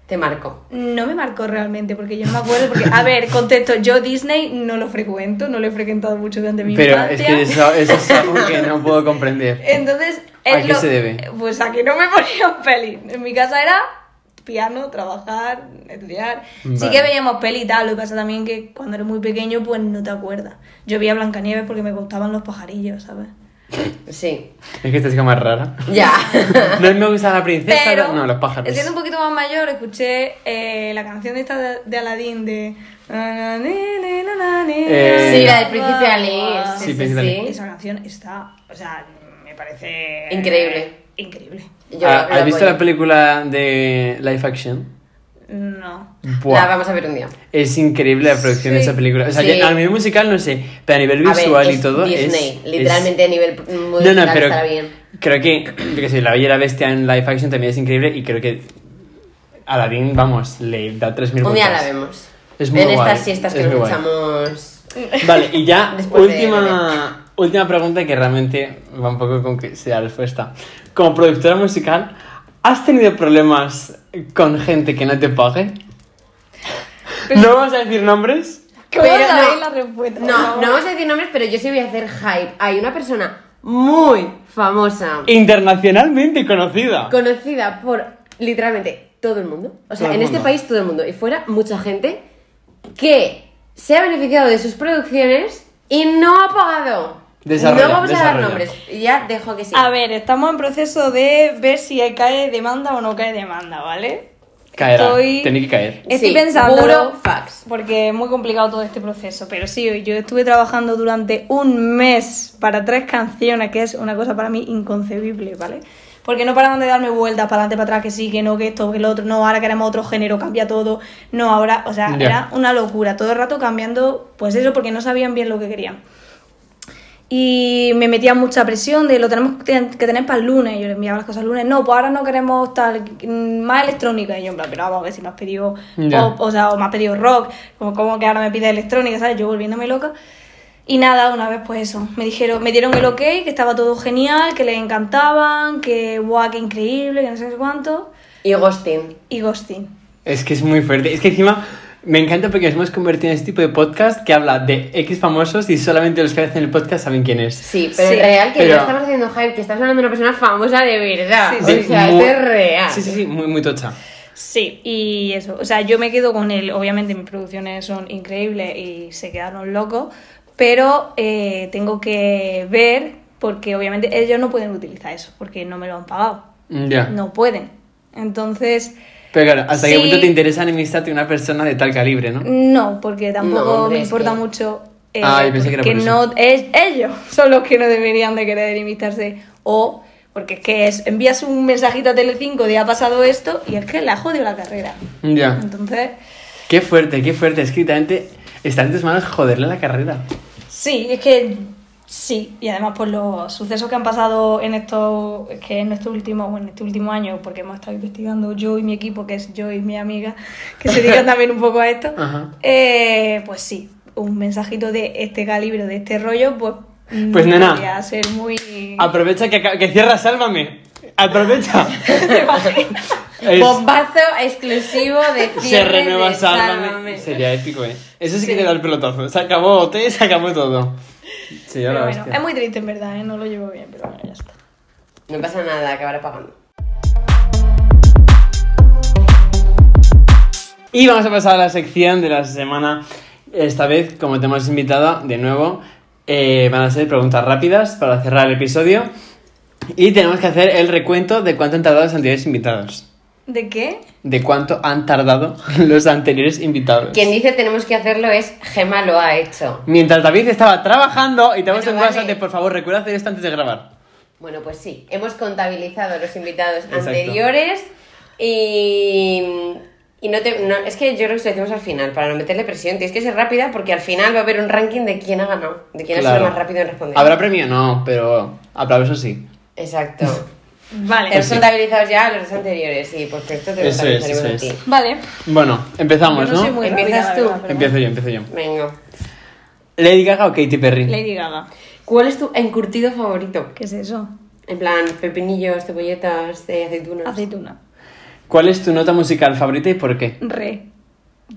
S3: Te marco.
S4: no me marcó realmente, porque yo no me acuerdo, porque, a ver, contexto, yo Disney no lo frecuento, no lo he frecuentado mucho durante mi
S2: Pero
S4: infancia.
S2: es que eso, eso es algo que no puedo comprender.
S4: Entonces,
S2: ¿A
S4: es
S2: qué
S4: lo-
S2: se debe?
S4: Pues a que no me ponían peli. En mi casa era piano, trabajar, estudiar. Sí
S2: Vale.
S4: que veíamos peli y tal, lo que pasa también que cuando eres muy pequeño, pues no te acuerdas. Yo vi a Blancanieves porque me gustaban los pajarillos, ¿sabes?
S3: Sí,
S2: Es que esta chica más rara.
S3: ya.
S2: No me gusta la princesa,
S4: Pero,
S2: no, los pájaros. Ah,
S4: siendo un poquito más mayor, escuché eh, la canción esta de, de Aladdin de...
S2: Eh,
S3: sí, la del príncipe Ali. Sí,
S2: Sí,
S3: sí,
S2: Príncipe Ali.
S3: sí.
S4: Esa canción está, o sea, me parece...
S3: Increíble.
S4: Increíble.
S3: Yo
S2: Ah,
S3: lo
S2: ¿Has visto
S3: apoyo.
S2: la película de Life Action?
S4: No.
S2: Buah.
S3: La vamos a ver un día.
S2: Es increíble la producción de
S4: Sí.
S2: esa película. O sea,
S3: Sí.
S2: ya- a nivel musical no sé, pero a nivel
S3: A ver,
S2: visual y
S3: es
S2: todo es-
S3: Disney,
S2: es...
S3: literalmente a nivel musical
S2: No, no, pero
S3: estará bien.
S2: creo que, yo qué sé, La Bella y la Bestia en live action también es increíble y creo que Aladdin, vamos, le da 3.000
S3: Un día
S2: vueltas.
S3: la vemos.
S2: Es muy
S3: en
S2: guay,
S3: estas siestas que
S2: es
S3: nos
S2: muy guay.
S3: echamos.
S2: Vale, y ya
S3: Después de-
S2: última, última pregunta que realmente va un poco con que sea respuesta. Como productora musical, ¿has tenido problemas con gente que no te pague?
S3: Pues
S2: No vamos a decir nombres.
S4: ¿Cómo
S3: Pero
S4: sabéis
S3: no.
S4: la respuesta? por
S3: No,
S4: favor?
S3: no vamos a decir nombres, pero yo sí voy a hacer hype. Hay una persona muy famosa,
S2: Internacionalmente conocida.
S3: conocida por literalmente todo el mundo. O sea,
S2: Todo el
S3: en este
S2: mundo.
S3: país todo el mundo. Y fuera mucha gente que se ha beneficiado de sus producciones y no ha pagado.
S2: Desarrolla,
S3: no vamos a dar
S2: desarrolla.
S3: nombres. Y Ya dejo que sí.
S4: A ver, estamos en proceso de ver si cae demanda o no cae demanda, ¿vale?
S2: Caerá,
S4: Estoy-
S2: tenía que caer.
S4: Estoy
S3: Sí,
S4: pensando.
S3: puro fax.
S4: Porque es muy complicado todo este proceso. Pero sí, yo estuve trabajando durante un mes para tres canciones, que es una cosa para mí inconcebible, ¿vale? Porque no paraban de darme vueltas para adelante, para atrás, que sí, que no, que esto, que lo otro, no, ahora queremos otro género, cambia todo. No, ahora, o sea,
S2: Ya.
S4: era una locura. Todo el rato cambiando, pues eso, porque no sabían bien lo que querían. Y me metía mucha presión de lo tenemos que que tener para el lunes. Yo le enviaba las cosas el lunes. No, pues ahora no queremos tal, mm, más electrónica. Y yo, en plan, pero vamos a ver si me has pedido
S2: Ya.
S4: pop, o sea, o me has pedido rock. Como, como que ahora me pide electrónica, ¿sabes? Yo volviéndome loca. Y nada, una vez pues eso, me dijeron, me dieron el ok, que estaba todo genial, que les encantaban, que guau, que increíble, que no sé cuánto.
S3: Y Ghosting.
S4: Y ghosting.
S2: Es que es muy fuerte. Es que encima me encanta porque nos hemos convertido en este tipo de podcast que habla de X famosos y solamente los que hacen el podcast saben quién es.
S3: Sí, pero
S4: Sí.
S3: es real que
S2: Pero-
S3: no estamos haciendo hype, que estás hablando de una persona famosa de verdad.
S4: Sí,
S3: o
S4: sí.
S3: sea,
S2: muy-
S3: esto es real.
S2: Sí, sí, sí, muy, muy tocha.
S4: Sí, y eso. O sea, yo me quedo con él. Obviamente mis producciones son increíbles y se quedaron locos, pero eh, tengo que ver, porque obviamente ellos no pueden utilizar eso, porque no me lo han pagado.
S2: Mm, Ya.
S4: No pueden. Entonces,
S2: Pero claro, hasta qué
S4: Sí.
S2: punto te interesa la amistad de una persona de tal calibre, ¿no?
S4: no, porque tampoco
S3: No, hombre,
S4: me
S3: es
S4: importa
S3: que-
S4: mucho. eh,
S2: Ah, yo pensé que era
S4: porque
S2: por eso.
S4: no es- ellos son los que no deberían de querer imitarse. O porque es que es, envías un mensajito a Telecinco de ha pasado esto y es que le ha jodido la carrera.
S2: Ya.
S4: Entonces,
S2: Qué fuerte, qué fuerte. Es que literalmente está en tus manos joderle la carrera.
S4: Sí, es que sí, y además por los sucesos que han pasado en estos, que en nuestro último, bueno, en este último año, porque hemos estado investigando yo y mi equipo, que es yo y mi amiga, que se dedican también un poco a esto,
S2: Ajá.
S4: eh, pues sí, un mensajito de este calibre, de este rollo, pues, mm,
S2: Pues, nena. Ah,
S4: podría ser muy...
S2: Aprovecha que, acá- que cierra Sálvame. Aprovecha.
S4: ¿Te imaginas?
S2: Es-
S3: Bombazo exclusivo de
S2: se
S3: cierre
S2: renueva
S3: de
S2: Sálvame.
S3: Sálvame.
S2: Sería épico, ¿eh? Eso sí, que te da el pelotazo. Se acabó OT, se acabó todo. Sí, yo
S4: Pero
S2: la
S4: bueno,
S2: hostia.
S4: es muy triste en verdad, ¿eh? no lo llevo bien, pero bueno, ya está.
S3: No pasa nada, acabará pagando.
S2: Y vamos a pasar a la sección de la semana. Esta vez, como te hemos invitado de nuevo, eh, van a ser preguntas rápidas para cerrar el episodio. Y tenemos que hacer el recuento de cuánto han tardado los anteriores invitados.
S4: ¿De qué?
S2: De cuánto han tardado los anteriores invitados.
S3: Quien dice tenemos que hacerlo es Gema lo ha hecho.
S2: Mientras David estaba trabajando y te hemos
S3: Bueno,
S2: enviado
S3: vale.
S2: de por favor, recuerda hacer esto antes de grabar.
S3: Bueno, pues sí, hemos contabilizado los invitados
S2: Exacto.
S3: anteriores y Y no te. no, es que yo creo que se lo decimos al final, para no meterle presión. Tienes que ser rápida porque al final va a haber un ranking de quién ha ganado, de quién ha
S2: Claro.
S3: sido más rápido en responder.
S2: ¿Habrá premio? No, pero aplausos sí.
S3: Exacto.
S4: Vale.
S3: Pero son contabilizados ya los anteriores, sí, pues esto te lo
S2: Eso es, eso
S3: contabilizaremos a
S2: es.
S3: ti.
S4: Vale.
S2: Bueno, empezamos,
S4: Yo soy
S2: ¿no?
S4: muy
S3: Empiezas
S4: rápida, la
S3: tú.
S4: verdad, pero
S2: Empiezo yo, empiezo yo.
S3: Venga.
S2: ¿Lady Gaga o Katy Perry?
S4: bueno. Lady Gaga.
S3: ¿Cuál es tu encurtido favorito?
S4: ¿Qué es eso?
S3: En plan, pepinillos, cebolletas, eh, aceitunas.
S4: Aceituna.
S2: ¿Cuál es tu nota musical favorita y por qué?
S4: Re.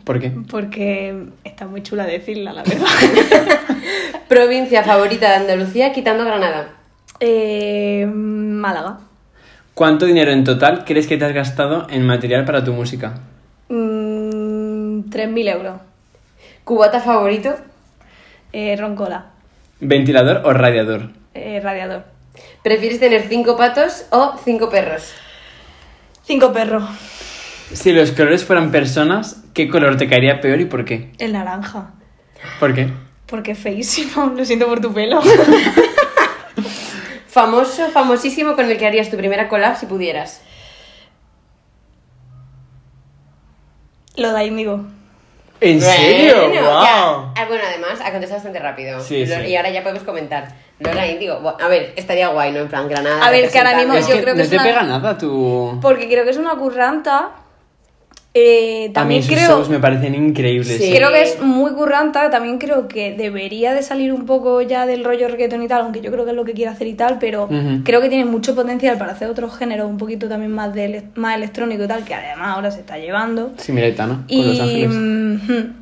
S2: ¿Por qué?
S4: Porque está muy chula decirla, la verdad.
S3: Provincia favorita de Andalucía, quitando Granada.
S4: Eh, Málaga.
S2: ¿Cuánto dinero en total crees que te has gastado en material para tu música?
S4: Mm, 3.000 euros.
S3: Cubata favorito,
S4: Eh, roncola.
S2: ¿Ventilador o radiador?
S4: Eh, radiador.
S3: prefieres tener cinco patos o cinco perros.
S4: Cinco perros.
S2: Si los colores fueran personas, ¿qué color te caería peor y por qué?
S4: El naranja.
S2: ¿Por qué?
S4: Porque es feísimo. Lo siento por tu pelo.
S3: Famoso, famosísimo con el que harías tu primera collab si pudieras.
S4: Lo da Indigo.
S2: ¿En serio?
S3: Bueno,
S2: ¡Wow!
S3: ya. Ah, bueno, además, ha contestado bastante rápido.
S2: Sí,
S3: Lo-
S2: sí.
S3: Y ahora ya podemos comentar. Lola Indigo. Bueno, a ver, estaría guay, ¿no? En plan, Granada.
S4: A ver, que ahora mismo
S2: Es
S3: representando.
S4: yo
S2: que
S4: creo que
S2: no
S4: es
S2: te
S4: una-
S2: pega nada tu...
S4: Porque creo que es una curranta. Eh,
S2: A mí
S4: también
S2: esos
S4: creo.
S2: shows me parecen increíbles.
S3: Sí.
S2: ¿eh?
S4: Creo que es muy curranta, también creo que debería de salir un poco ya del rollo reggaetón y tal, aunque yo creo que es lo que quiere hacer y tal, pero
S2: Ujú.
S4: creo que tiene mucho potencial para hacer otros géneros un poquito también más, de, ele- más electrónico y tal, que además ahora se está llevando.
S2: Sí, mira, Aitana, con Los
S4: Y,
S2: Ángeles.
S4: mm,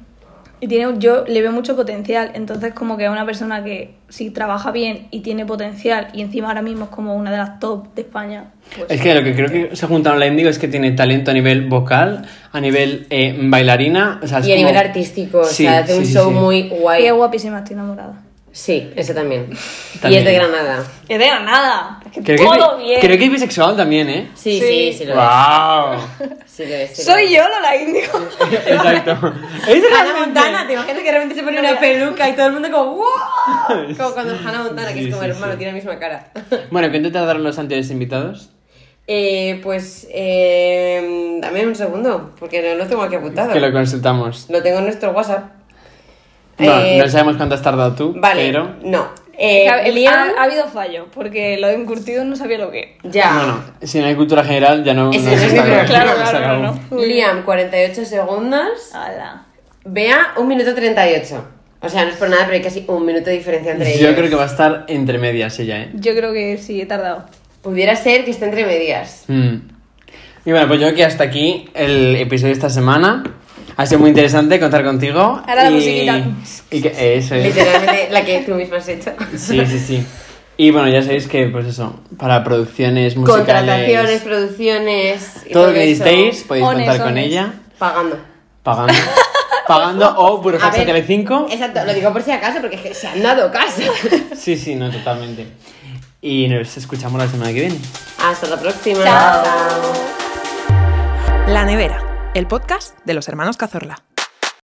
S4: y tiene, yo le veo mucho potencial, entonces como que es una persona que si trabaja bien y tiene potencial y encima ahora mismo es como una de las top de España. pues-
S2: Es que lo que creo que se juntaron la Indigo es que tiene talento a nivel vocal, a nivel eh, bailarina, o sea, es
S3: Y a
S2: como-
S3: nivel artístico,
S2: Sí,
S3: o sea, hace
S2: sí,
S3: un
S2: sí,
S3: show
S2: sí.
S3: muy
S4: Y
S3: guay.
S4: es guapísima, estoy enamorada.
S3: Sí, ese también. Y
S2: También.
S3: es de Granada.
S4: Es de nada, es que
S2: Creo que,
S4: todo
S2: es, bi-
S4: bien.
S2: creo que es bisexual también, ¿eh?
S3: Sí, sí,
S4: Sí.
S3: sí, lo es.
S2: ¡Wow!
S3: Sí lo es, sí lo es.
S4: Soy yo, Lola Indigo.
S2: Exacto. Es
S3: Hannah
S2: realmente-
S3: Montana, ¿te imaginas que de repente se pone una peluca y todo el mundo como ¡wow! Como cuando Hannah Montana, que
S2: Sí,
S3: es como
S2: sí,
S3: hermano,
S2: sí.
S3: tiene la misma cara.
S2: Bueno, ¿cuánto tardaron los anteriores invitados?
S3: Eh, pues, eh, dame un segundo, porque no lo tengo aquí apuntado.
S2: Que lo
S3: Lo...
S2: consultamos.
S3: tengo en nuestro WhatsApp.
S2: No,
S3: Eh,
S2: no sabemos cuánto has tardado tú,
S3: Vale,
S2: pero...
S3: no. Eh,
S4: ha,
S3: Liam-
S4: ha habido fallo, porque lo de encurtido no sabía lo que.
S3: Ya.
S2: Bueno, si no hay cultura general ya no...
S3: Ese
S2: no
S3: es
S2: se
S3: el
S2: sabe.
S3: libro,
S4: Claro,
S2: Se
S4: claro,
S2: acabó.
S4: claro. no.
S3: Liam, 48 segundos.
S4: Ala.
S3: Bea, 1 minuto 38. O sea, no es por nada, pero hay casi un minuto de diferencia entre ellos.
S2: Yo creo que va a estar entre medias ella, ¿eh?
S4: Yo creo que sí, he tardado.
S3: Pudiera ser que esté entre medias.
S2: Mm. Y bueno, pues yo creo que hasta aquí el episodio de esta semana. Ha sido muy interesante contar contigo.
S4: Ahora la
S2: y-
S4: musiquita.
S2: y que- eh, eso es.
S3: Literalmente la que tú misma has hecho.
S2: Sí, sí, sí. Y bueno, ya sabéis que, pues eso, para producciones musicales...
S3: Contrataciones, producciones. y
S2: Todo lo que
S3: eso,
S2: necesitéis, podéis
S4: Ones,
S2: contar con
S4: ones.
S2: ella.
S3: Pagando.
S2: Pagando. Pagando o por
S3: A
S2: fax
S3: ver,
S2: Tele5.
S3: Exacto, lo digo por si acaso, porque es que se han dado caso.
S2: Sí, sí, no, totalmente. Y nos escuchamos la semana que viene.
S3: Hasta la próxima.
S4: Chao.
S1: La Nevera, el podcast de los hermanos Cazorla.